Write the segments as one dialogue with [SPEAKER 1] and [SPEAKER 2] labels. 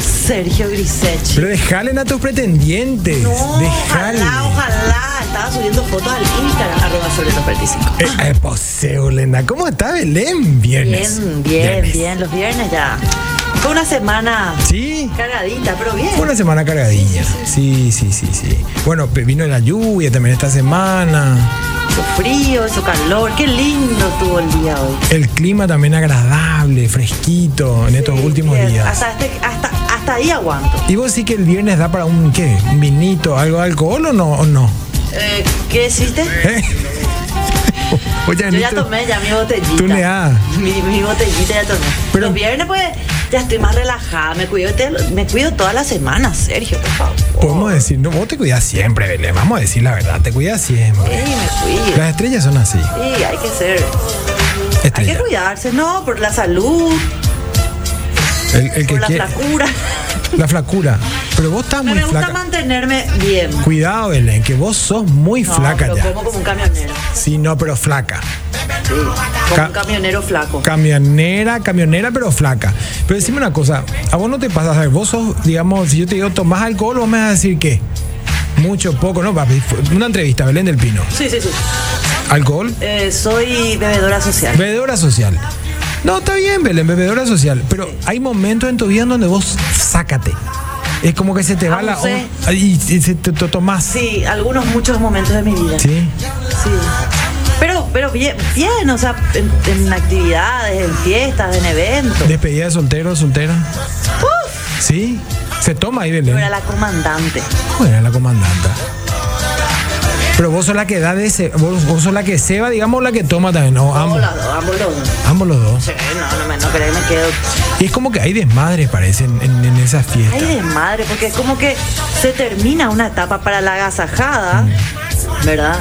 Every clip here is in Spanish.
[SPEAKER 1] Sergio Grisech.
[SPEAKER 2] Pero déjalen a tus pretendientes.
[SPEAKER 1] No,
[SPEAKER 2] déjale.
[SPEAKER 1] ojalá, ojalá. Estaba subiendo fotos al Instagram, arroba sobre los 45.
[SPEAKER 2] Eh, eh, poseo, Lena. ¿Cómo está Belén? Viernes.
[SPEAKER 1] Bien, bien,
[SPEAKER 2] Viernes.
[SPEAKER 1] bien. Los viernes ya. Fue una semana
[SPEAKER 2] Sí.
[SPEAKER 1] cargadita, pero bien.
[SPEAKER 2] Fue una semana cargadilla. Sí, sí, sí, sí. Bueno, pe- vino la lluvia también esta semana.
[SPEAKER 1] Hizo frío, hizo calor. Qué lindo tuvo el día hoy.
[SPEAKER 2] El clima también agradable, fresquito en estos
[SPEAKER 1] Sí,
[SPEAKER 2] últimos
[SPEAKER 1] bien.
[SPEAKER 2] días.
[SPEAKER 1] Hasta, este- hasta, hasta ahí aguanto.
[SPEAKER 2] ¿Y vos sí que el viernes da para un qué? ¿Un vinito, algo de alcohol o no? O no?
[SPEAKER 1] Eh, ¿Qué hiciste?
[SPEAKER 2] ¿Eh? Oye,
[SPEAKER 1] Yo ya
[SPEAKER 2] Anito,
[SPEAKER 1] tomé ya mi botellita.
[SPEAKER 2] Tú le das.
[SPEAKER 1] Mi, mi botellita ya tomé.
[SPEAKER 2] Pero-
[SPEAKER 1] Los viernes, pues, ya estoy más relajada. Me cuido, te- me cuido toda la semana, Sergio, por favor.
[SPEAKER 2] Podemos decir, no, vos te cuidas siempre, Belén. Vamos a decir la verdad, te cuidas
[SPEAKER 1] Sí,
[SPEAKER 2] siempre.
[SPEAKER 1] me cuido.
[SPEAKER 2] Las estrellas son así.
[SPEAKER 1] Sí, hay que ser. Hay que
[SPEAKER 2] Estrellas.
[SPEAKER 1] cuidarse, ¿no? Por la salud,
[SPEAKER 2] El, el que
[SPEAKER 1] por la
[SPEAKER 2] quiere-
[SPEAKER 1] flacura.
[SPEAKER 2] La flacura. Pero vos estás
[SPEAKER 1] No
[SPEAKER 2] muy
[SPEAKER 1] me gusta
[SPEAKER 2] flaca.
[SPEAKER 1] mantenerme bien.
[SPEAKER 2] Cuidado, Belén, que vos sos muy
[SPEAKER 1] No,
[SPEAKER 2] flaca
[SPEAKER 1] pero
[SPEAKER 2] ya.
[SPEAKER 1] como como un camionero.
[SPEAKER 2] Sí, no, pero flaca.
[SPEAKER 1] Sí, como
[SPEAKER 2] Ca-
[SPEAKER 1] un camionero flaco.
[SPEAKER 2] Camionera, camionera, pero flaca. Pero decime una cosa, a vos no te pasa, a ver, vos sos, digamos, si yo te digo tomás alcohol, vos me vas a decir qué. Mucho, poco, no, papi. Fue Una entrevista, Belén del Pino.
[SPEAKER 1] Sí, sí, sí.
[SPEAKER 2] Alcohol,
[SPEAKER 1] Eh, soy bebedora social.
[SPEAKER 2] bebedora social. No, está bien, Belén, bebedora social. Pero hay momentos en tu vida en donde vos sácate. Es como que se te va la.
[SPEAKER 1] Abusé.
[SPEAKER 2] on- Y, y se te, te tomás.
[SPEAKER 1] Sí, algunos muchos momentos de mi vida.
[SPEAKER 2] Sí.
[SPEAKER 1] Sí. Pero, pero bien, bien, o sea, en, en actividades, en fiestas, en eventos.
[SPEAKER 2] Despedida de soltero, soltera. Sí. Se toma ahí, Belén.
[SPEAKER 1] Yo era la comandante.
[SPEAKER 2] Bueno, la comandanta. Pero vos sos la que da de ese, vos, vos sos la que ceba, digamos, la que toma también, ¿no? Ambos,
[SPEAKER 1] Hola, dos, ambos los dos.
[SPEAKER 2] ambos los dos.
[SPEAKER 1] Sí, No, no, me- no creo que me quedo.
[SPEAKER 2] Y es como que hay desmadres, parece, en, en- en esas
[SPEAKER 1] Ay,
[SPEAKER 2] fiestas.
[SPEAKER 1] de madre, porque es como que se termina una etapa para la agasajada, ¿verdad?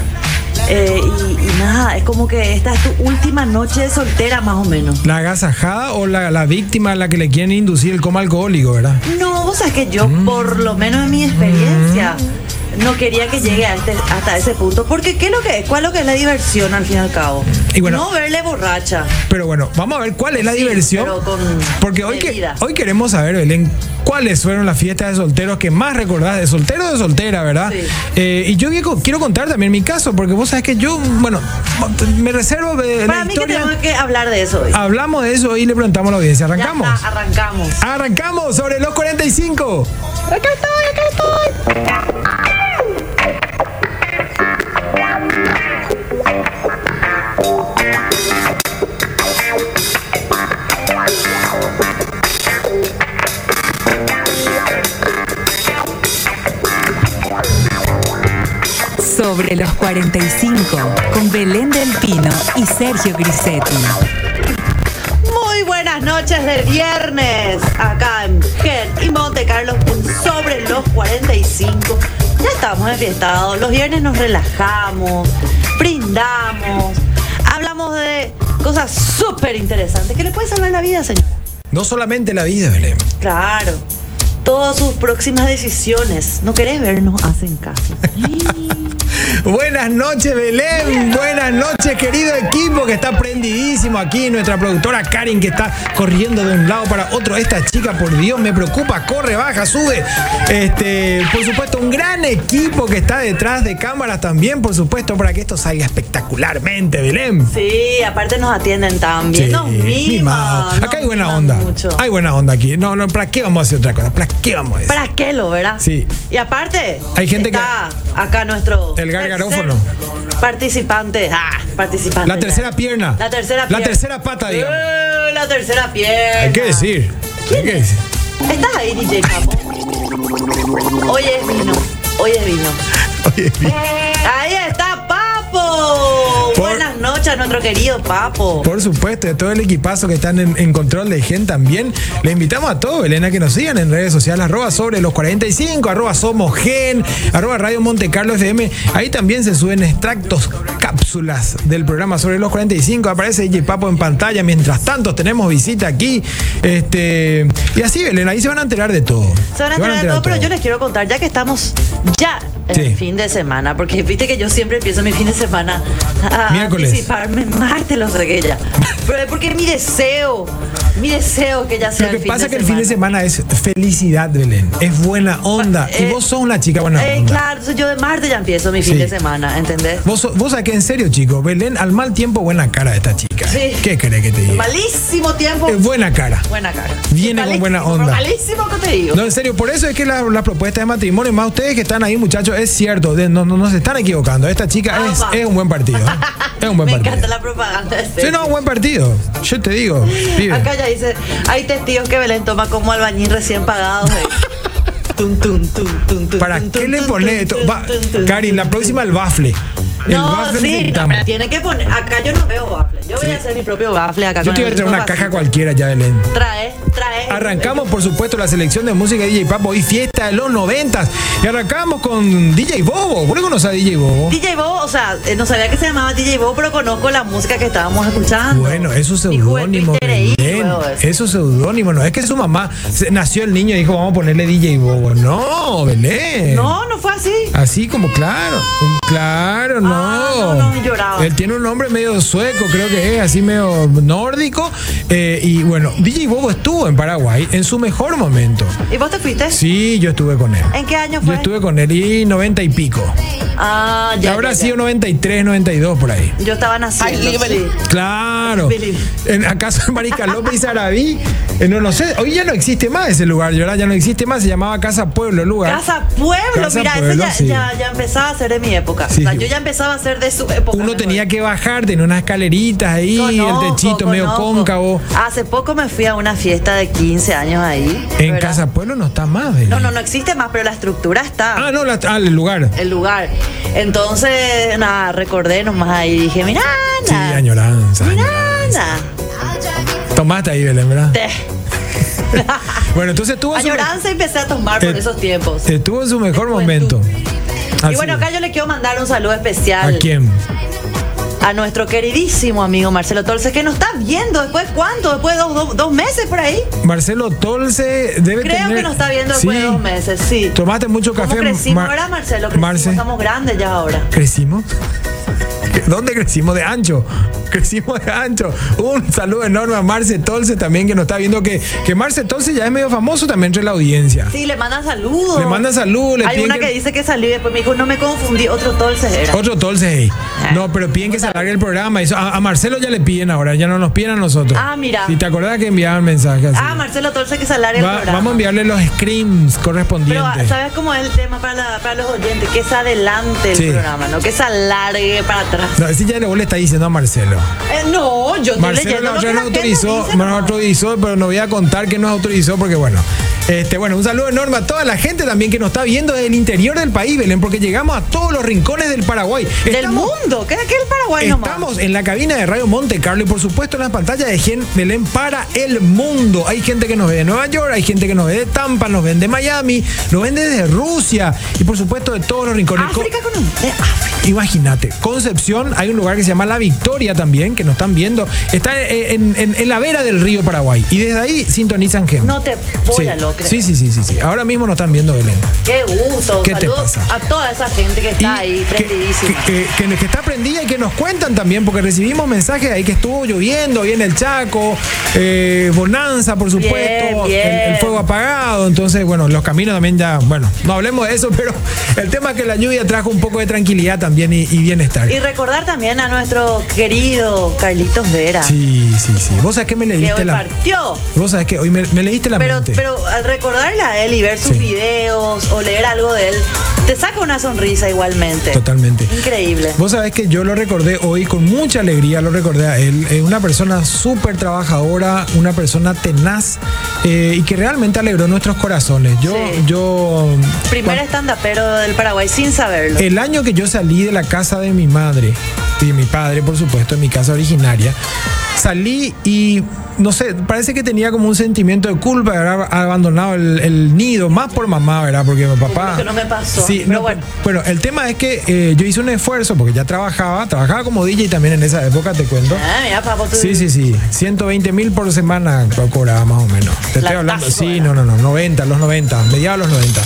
[SPEAKER 1] Eh, y, y nada, es como que esta es tu última noche de soltera, más o menos.
[SPEAKER 2] La agasajada o la, la víctima a la que le quieren inducir el coma alcohólico, ¿verdad?
[SPEAKER 1] No, vos sabés que yo,
[SPEAKER 2] Mm.
[SPEAKER 1] por lo menos en mi experiencia, no quería que llegue a este- hasta ese punto. Porque, ¿qué es lo que es? ¿Cuál es lo que es la diversión al fin y al cabo?
[SPEAKER 2] Y bueno-
[SPEAKER 1] no verle borracha.
[SPEAKER 2] Pero bueno, vamos a ver cuál es la
[SPEAKER 1] Sí,
[SPEAKER 2] diversión.
[SPEAKER 1] pero con
[SPEAKER 2] Porque hoy, que,
[SPEAKER 1] medida.
[SPEAKER 2] hoy queremos saber, Belén, cuáles fueron las fiestas de solteros que más recordás, de soltero o de soltera, ¿verdad?
[SPEAKER 1] Sí.
[SPEAKER 2] Eh, y yo viejo, quiero contar también mi caso, porque vos sabés que yo, bueno, me reservo de
[SPEAKER 1] Para
[SPEAKER 2] la
[SPEAKER 1] mí
[SPEAKER 2] historia.
[SPEAKER 1] que tenemos que hablar de eso hoy.
[SPEAKER 2] Hablamos de eso y le preguntamos a la audiencia.
[SPEAKER 1] Ya
[SPEAKER 2] ¿Arrancamos?
[SPEAKER 1] está, arrancamos.
[SPEAKER 2] Arrancamos sobre los 45.
[SPEAKER 3] Sobre los 45, con Belén del Pino y Sergio Grisetti.
[SPEAKER 1] Muy buenas noches del viernes. Acá en Gen y Monte Carlos un sobre los 45. Ya estamos enfiestados. Los viernes nos relajamos, brindamos, hablamos de cosas súper interesantes que le puede salvar la vida, señora.
[SPEAKER 2] No solamente la vida, Belén.
[SPEAKER 1] Claro. Todas sus próximas decisiones. No querés vernos, hacen caso.
[SPEAKER 2] Buenas noches, Belén. Buenas noches, querido equipo que está prendidísimo aquí. Nuestra productora Karin que está corriendo de un lado para otro. Esta chica, por Dios, me preocupa. Corre, baja, sube. Este, por supuesto, un gran equipo que está detrás de cámaras también, por supuesto, para que esto salga espectacularmente, Belén.
[SPEAKER 1] Sí, aparte nos atienden también.
[SPEAKER 2] Sí,
[SPEAKER 1] nos
[SPEAKER 2] mimado.
[SPEAKER 1] miman.
[SPEAKER 2] Acá hay
[SPEAKER 1] nos
[SPEAKER 2] buena
[SPEAKER 1] miman
[SPEAKER 2] onda.
[SPEAKER 1] mucho.
[SPEAKER 2] Hay buena onda aquí. No, no, ¿para qué vamos a hacer otra cosa? ¿Para qué vamos a decir?
[SPEAKER 1] ¿Para qué lo, verdad?
[SPEAKER 2] Sí.
[SPEAKER 1] Y aparte,
[SPEAKER 2] Hay gente
[SPEAKER 1] está acá nuestro.
[SPEAKER 2] El gargarófono.
[SPEAKER 1] tercer Participante. Ah, participante.
[SPEAKER 2] La tercera pierna.
[SPEAKER 1] La tercera
[SPEAKER 2] La
[SPEAKER 1] pierna.
[SPEAKER 2] tercera pata, digamos.
[SPEAKER 1] Eh, la tercera pierna.
[SPEAKER 2] Hay que decir. Hay que decir.
[SPEAKER 1] ¿Estás ahí, DJ Capo? Hoy es vino. Hoy es vino.
[SPEAKER 2] Oye,
[SPEAKER 1] Ahí está, Papo.
[SPEAKER 2] Por-
[SPEAKER 1] Buenas noches a nuestro querido Papo.
[SPEAKER 2] Por supuesto, y a todo el equipazo que están en, en control de Gen también. Le invitamos a todos, Belén, a que nos sigan en redes sociales, arroba sobre los 45, arroba somos Gen, arroba Radio Monte Carlo FM. Ahí también se suben extractos, cápsulas del programa sobre los 45. Aparece DJ Papo en pantalla. Mientras tanto, tenemos visita aquí. Este, y así, Belén, ahí se van a enterar de todo.
[SPEAKER 1] Se van a enterar de todo, pero yo les quiero contar, ya que estamos ya el
[SPEAKER 2] Sí.
[SPEAKER 1] fin de semana, porque viste que yo siempre empiezo mi fin de semana a
[SPEAKER 2] Miércoles.
[SPEAKER 1] anticiparme martes, lo sé que ya. Pero es porque mi deseo, mi deseo es que ya sea
[SPEAKER 2] Lo que
[SPEAKER 1] el fin
[SPEAKER 2] pasa
[SPEAKER 1] de
[SPEAKER 2] es que el fin
[SPEAKER 1] semana.
[SPEAKER 2] de semana es felicidad, Belén. Es buena onda.
[SPEAKER 1] Eh,
[SPEAKER 2] y vos sos una chica buena
[SPEAKER 1] Eh,
[SPEAKER 2] onda.
[SPEAKER 1] claro, entonces yo de martes ya empiezo mi fin
[SPEAKER 2] Sí.
[SPEAKER 1] de semana, ¿entendés?
[SPEAKER 2] Vos, so- vos saqué en serio, chicos. Belén, al mal tiempo, buena cara de esta chica.
[SPEAKER 1] Sí.
[SPEAKER 2] ¿Qué querés que te diga?
[SPEAKER 1] Malísimo tiempo,
[SPEAKER 2] Es buena cara.
[SPEAKER 1] buena cara.
[SPEAKER 2] Eh, Viene con buena
[SPEAKER 1] Malísimo,
[SPEAKER 2] onda.
[SPEAKER 1] pero Malísimo que te digo.
[SPEAKER 2] No, en serio, por eso es que la, la propuesta de matrimonio, más ustedes que están ahí, muchachos, es cierto, de- no, no, no se están equivocando. Esta chica
[SPEAKER 1] Ah,
[SPEAKER 2] es,
[SPEAKER 1] va.
[SPEAKER 2] es un buen partido. ¿eh? Es un buen
[SPEAKER 1] Me
[SPEAKER 2] partido.
[SPEAKER 1] encanta la propaganda. de este.
[SPEAKER 2] Sí, no, un buen partido. Yo te digo, pibe.
[SPEAKER 1] Acá ya dice, hay testigos que Belén toma como albañil recién pagado. eh. Tum, tum, tum, tum, tum,
[SPEAKER 2] ¿Para
[SPEAKER 1] tum,
[SPEAKER 2] qué
[SPEAKER 1] tum,
[SPEAKER 2] le
[SPEAKER 1] tum,
[SPEAKER 2] pones esto?
[SPEAKER 1] tum,
[SPEAKER 2] Va,
[SPEAKER 1] tum, tum,
[SPEAKER 2] Cari,
[SPEAKER 1] tum,
[SPEAKER 2] la
[SPEAKER 1] tum.
[SPEAKER 2] próxima el bafle. El
[SPEAKER 1] No,
[SPEAKER 2] bafle
[SPEAKER 1] sí, no,
[SPEAKER 2] necesitamos.
[SPEAKER 1] pero tiene que poner. Acá yo no veo bafle. Yo voy a hacer mi propio bafle acá.
[SPEAKER 2] Yo
[SPEAKER 1] con
[SPEAKER 2] te
[SPEAKER 1] el
[SPEAKER 2] iba a traer
[SPEAKER 1] mismo
[SPEAKER 2] una
[SPEAKER 1] vasito.
[SPEAKER 2] caja cualquiera ya, Belén.
[SPEAKER 1] Trae, trae.
[SPEAKER 2] Arrancamos, por supuesto, la selección de música de DJ Papo y fiesta de los noventas. Y arrancamos con DJ Bobo. ¿Por qué conoces a DJ Bobo?
[SPEAKER 1] DJ Bobo, o sea, eh, no sabía que se llamaba DJ Bobo, pero conozco la música que estábamos escuchando.
[SPEAKER 2] Bueno, es su
[SPEAKER 1] Mi
[SPEAKER 2] seudónimo.
[SPEAKER 1] juventud intereí,
[SPEAKER 2] Belén.
[SPEAKER 1] luego de eso.
[SPEAKER 2] Es su seudónimo. No es que su mamá se- nació el niño y dijo, vamos a ponerle DJ Bobo. No, Belén.
[SPEAKER 1] No, no fue así.
[SPEAKER 2] Así como claro. Claro, no.
[SPEAKER 1] Ah, no, no, lloraba.
[SPEAKER 2] Él tiene un nombre medio sueco, creo que es, así medio nórdico. Eh, y bueno, DJ Bobo estuvo en Paraguay en su mejor momento.
[SPEAKER 1] ¿Y vos te fuiste?
[SPEAKER 2] Sí, yo estuve con él.
[SPEAKER 1] ¿En qué año
[SPEAKER 2] Yo
[SPEAKER 1] fue?
[SPEAKER 2] estuve con él y 90 y pico.
[SPEAKER 1] Ah, ya.
[SPEAKER 2] Habrá
[SPEAKER 1] ya, ya.
[SPEAKER 2] sido 93, 92 por ahí.
[SPEAKER 1] Yo estaba naciendo.
[SPEAKER 4] Ay,
[SPEAKER 1] sí.
[SPEAKER 2] Claro.
[SPEAKER 1] Belén.
[SPEAKER 2] En, ¿Acaso en Maricalope y Sarabí? Eh, no lo sé. Hoy ya no existe más ese lugar. Yo ahora ya no existe más. Se llamaba Casa Pueblo el lugar.
[SPEAKER 1] Casa Pueblo,
[SPEAKER 2] Casa
[SPEAKER 1] mira,
[SPEAKER 2] Pueblo,
[SPEAKER 1] eso ya,
[SPEAKER 2] sí.
[SPEAKER 1] ya, ya empezaba a ser de mi época.
[SPEAKER 2] Sí.
[SPEAKER 1] O sea, yo ya empezaba a ser de su época.
[SPEAKER 2] Uno
[SPEAKER 1] mejor.
[SPEAKER 2] tenía que bajar, tenía unas escaleritas ahí,
[SPEAKER 1] Conozco,
[SPEAKER 2] el techito medio
[SPEAKER 1] conozco.
[SPEAKER 2] cóncavo.
[SPEAKER 1] Hace poco me fui a una fiesta de 15 años ahí.
[SPEAKER 2] En
[SPEAKER 1] ¿verdad?
[SPEAKER 2] Casa Pueblo no está más, Belén.
[SPEAKER 1] No, no, no existe más, pero la estructura está.
[SPEAKER 2] Ah, no, la- ah, el lugar.
[SPEAKER 1] el lugar. Entonces, nada, recordé nomás ahí y dije, mira,
[SPEAKER 2] Sí, añoranza. añoranza.
[SPEAKER 1] Miranda.
[SPEAKER 2] Tomaste ahí, Belén, ¿verdad? Bueno, entonces estuvo en su,
[SPEAKER 1] Añoranza empecé a tomar por
[SPEAKER 2] Eh,
[SPEAKER 1] esos tiempos.
[SPEAKER 2] estuvo en su mejor
[SPEAKER 1] Juventud.
[SPEAKER 2] momento.
[SPEAKER 1] y
[SPEAKER 2] Así
[SPEAKER 1] bueno,
[SPEAKER 2] es.
[SPEAKER 1] acá yo le quiero mandar un saludo
[SPEAKER 2] ¿A
[SPEAKER 1] especial
[SPEAKER 2] quién?
[SPEAKER 1] a nuestro queridísimo amigo Marcelo Torces, que nos está viendo después, ¿cuánto? Después de dos, dos- dos meses por ahí.
[SPEAKER 2] Marcelo Tolce debe
[SPEAKER 1] Creo
[SPEAKER 2] tener-
[SPEAKER 1] que nos está viendo después de
[SPEAKER 2] Este Sí.
[SPEAKER 1] dos meses, sí.
[SPEAKER 2] Tomaste mucho
[SPEAKER 1] ¿Cómo
[SPEAKER 2] café.
[SPEAKER 1] crecimos
[SPEAKER 2] Mar-
[SPEAKER 1] ahora, Marcelo? Crecimos,
[SPEAKER 2] Marce.
[SPEAKER 1] Estamos grandes ya ahora.
[SPEAKER 2] ¿Crecimos? ¿Dónde crecimos? De ancho. Crecimos de ancho. Un saludo enorme a Marce Tolce también que nos está viendo que, que Marce Tolce ya es medio famoso también entre la audiencia.
[SPEAKER 1] Sí, le mandan saludos.
[SPEAKER 2] Le mandan saludos, le
[SPEAKER 1] Hay
[SPEAKER 2] piden
[SPEAKER 1] una que...
[SPEAKER 2] que-
[SPEAKER 1] dice que salió y después me dijo, no me confundí, otro Torces era.
[SPEAKER 2] Otro Tolce, hey.
[SPEAKER 1] Ah.
[SPEAKER 2] No, pero piden que se alargue el programa. Eso- A, a Marcelo ya le piden ahora, ya no nos piden a nosotros.
[SPEAKER 1] Ah, mira.
[SPEAKER 2] Si te acordás que enviaban mensajes. así.
[SPEAKER 1] Ah, Marcelo Torce que salario el
[SPEAKER 2] Va-
[SPEAKER 1] programa.
[SPEAKER 2] vamos a enviarle los screams
[SPEAKER 1] Pero ah,
[SPEAKER 2] correspondientes.
[SPEAKER 1] ¿sabes cómo es el tema para, la- para los oyentes? Que es adelante el
[SPEAKER 2] Sí.
[SPEAKER 1] programa, no que se alargue para atrás.
[SPEAKER 2] No, ese ya vos le está diciendo a Marcelo.
[SPEAKER 1] Eh, no, yo estoy
[SPEAKER 2] Marcelo
[SPEAKER 1] leyendo
[SPEAKER 2] la
[SPEAKER 1] lo
[SPEAKER 2] otra nos
[SPEAKER 1] que la gente
[SPEAKER 2] autorizó,
[SPEAKER 1] dice,
[SPEAKER 2] nos
[SPEAKER 1] no.
[SPEAKER 2] autorizó, pero no voy a contar que nos autorizó porque bueno. Este, bueno, un saludo enorme a toda la gente también que nos está viendo desde el interior del país, Belén, porque llegamos a todos los rincones del Paraguay.
[SPEAKER 1] Del
[SPEAKER 2] Estamos-
[SPEAKER 1] mundo, que que el Paraguay nomás.
[SPEAKER 2] Estamos en la cabina de Radio Monte Carlo y por supuesto en las pantallas de Gen Belén para el mundo. Hay gente que nos ve de Nueva York, hay gente que nos ve de Tampa, nos ven de Miami, nos ven desde Rusia y por supuesto de todos los rincones.
[SPEAKER 1] África con un... eh, África.
[SPEAKER 2] Imagínate, Concepción, hay un lugar que se llama La Victoria también, que nos están viendo. Está eh, en, en- en la vera del río Paraguay. Y desde ahí sintonizan Gem.
[SPEAKER 1] No te voy
[SPEAKER 2] sí.
[SPEAKER 1] a lo creer.
[SPEAKER 2] sí, sí, sí, sí, sí. Ahora mismo nos están viendo, Belén.
[SPEAKER 1] Qué gusto.
[SPEAKER 2] ¿Qué te
[SPEAKER 1] Saludos
[SPEAKER 2] pasa?
[SPEAKER 1] a toda esa gente que
[SPEAKER 2] Y
[SPEAKER 1] está ahí,
[SPEAKER 2] que,
[SPEAKER 1] prendidísima.
[SPEAKER 2] que- que- que- que está prendida y que nos cuentan también, porque recibimos mensajes ahí que estuvo lloviendo, viene el Chaco, eh, Bonanza, por supuesto,
[SPEAKER 1] bien.
[SPEAKER 2] El, el fuego apagado. Entonces, bueno, los caminos también ya, bueno, no hablemos de eso, pero el tema es que la lluvia trajo un poco de tranquilidad también y, y bienestar.
[SPEAKER 1] Y recordar también a nuestro querido Carlitos Vera,
[SPEAKER 2] Sí, sí, sí. Vos sabés que me
[SPEAKER 1] que
[SPEAKER 2] leíste
[SPEAKER 1] hoy
[SPEAKER 2] la.
[SPEAKER 1] partió.
[SPEAKER 2] Vos sabés que hoy me, me leíste la
[SPEAKER 1] Pero,
[SPEAKER 2] mente.
[SPEAKER 1] pero al recordarle a él y ver sus
[SPEAKER 2] Sí.
[SPEAKER 1] videos o leer algo de él, te saca una sonrisa igualmente.
[SPEAKER 2] Totalmente.
[SPEAKER 1] Increíble.
[SPEAKER 2] Vos sabés que yo lo recordé hoy con mucha alegría, lo recordé a él. Es una persona súper trabajadora, una persona tenaz eh, y que realmente alegró nuestros corazones. Yo,
[SPEAKER 1] Sí.
[SPEAKER 2] yo.
[SPEAKER 1] Primer
[SPEAKER 2] cuan-
[SPEAKER 1] estandapero del Paraguay sin saberlo.
[SPEAKER 2] El año que yo salí de la casa de mi madre y de mi padre, por supuesto, de mi casa originaria, salí y no sé, parece que tenía como un sentimiento de culpa de haber abandonado el, el nido, más por mamá, ¿verdad? Porque mi papá.
[SPEAKER 1] Creo que no me pasó,
[SPEAKER 2] Sí,
[SPEAKER 1] pero
[SPEAKER 2] no,
[SPEAKER 1] bueno.
[SPEAKER 2] bueno, el tema es que eh, yo hice un esfuerzo porque ya trabajaba, trabajaba como DJ también en esa época, te cuento.
[SPEAKER 1] Ah, mira, papo, tú-
[SPEAKER 2] Sí, sí, sí. 120 mil por semana co- cobraba más o menos. Te estoy
[SPEAKER 1] Platazo
[SPEAKER 2] hablando. Sí,
[SPEAKER 1] era.
[SPEAKER 2] no, no, no. 90, los 90. Mediados de los 90.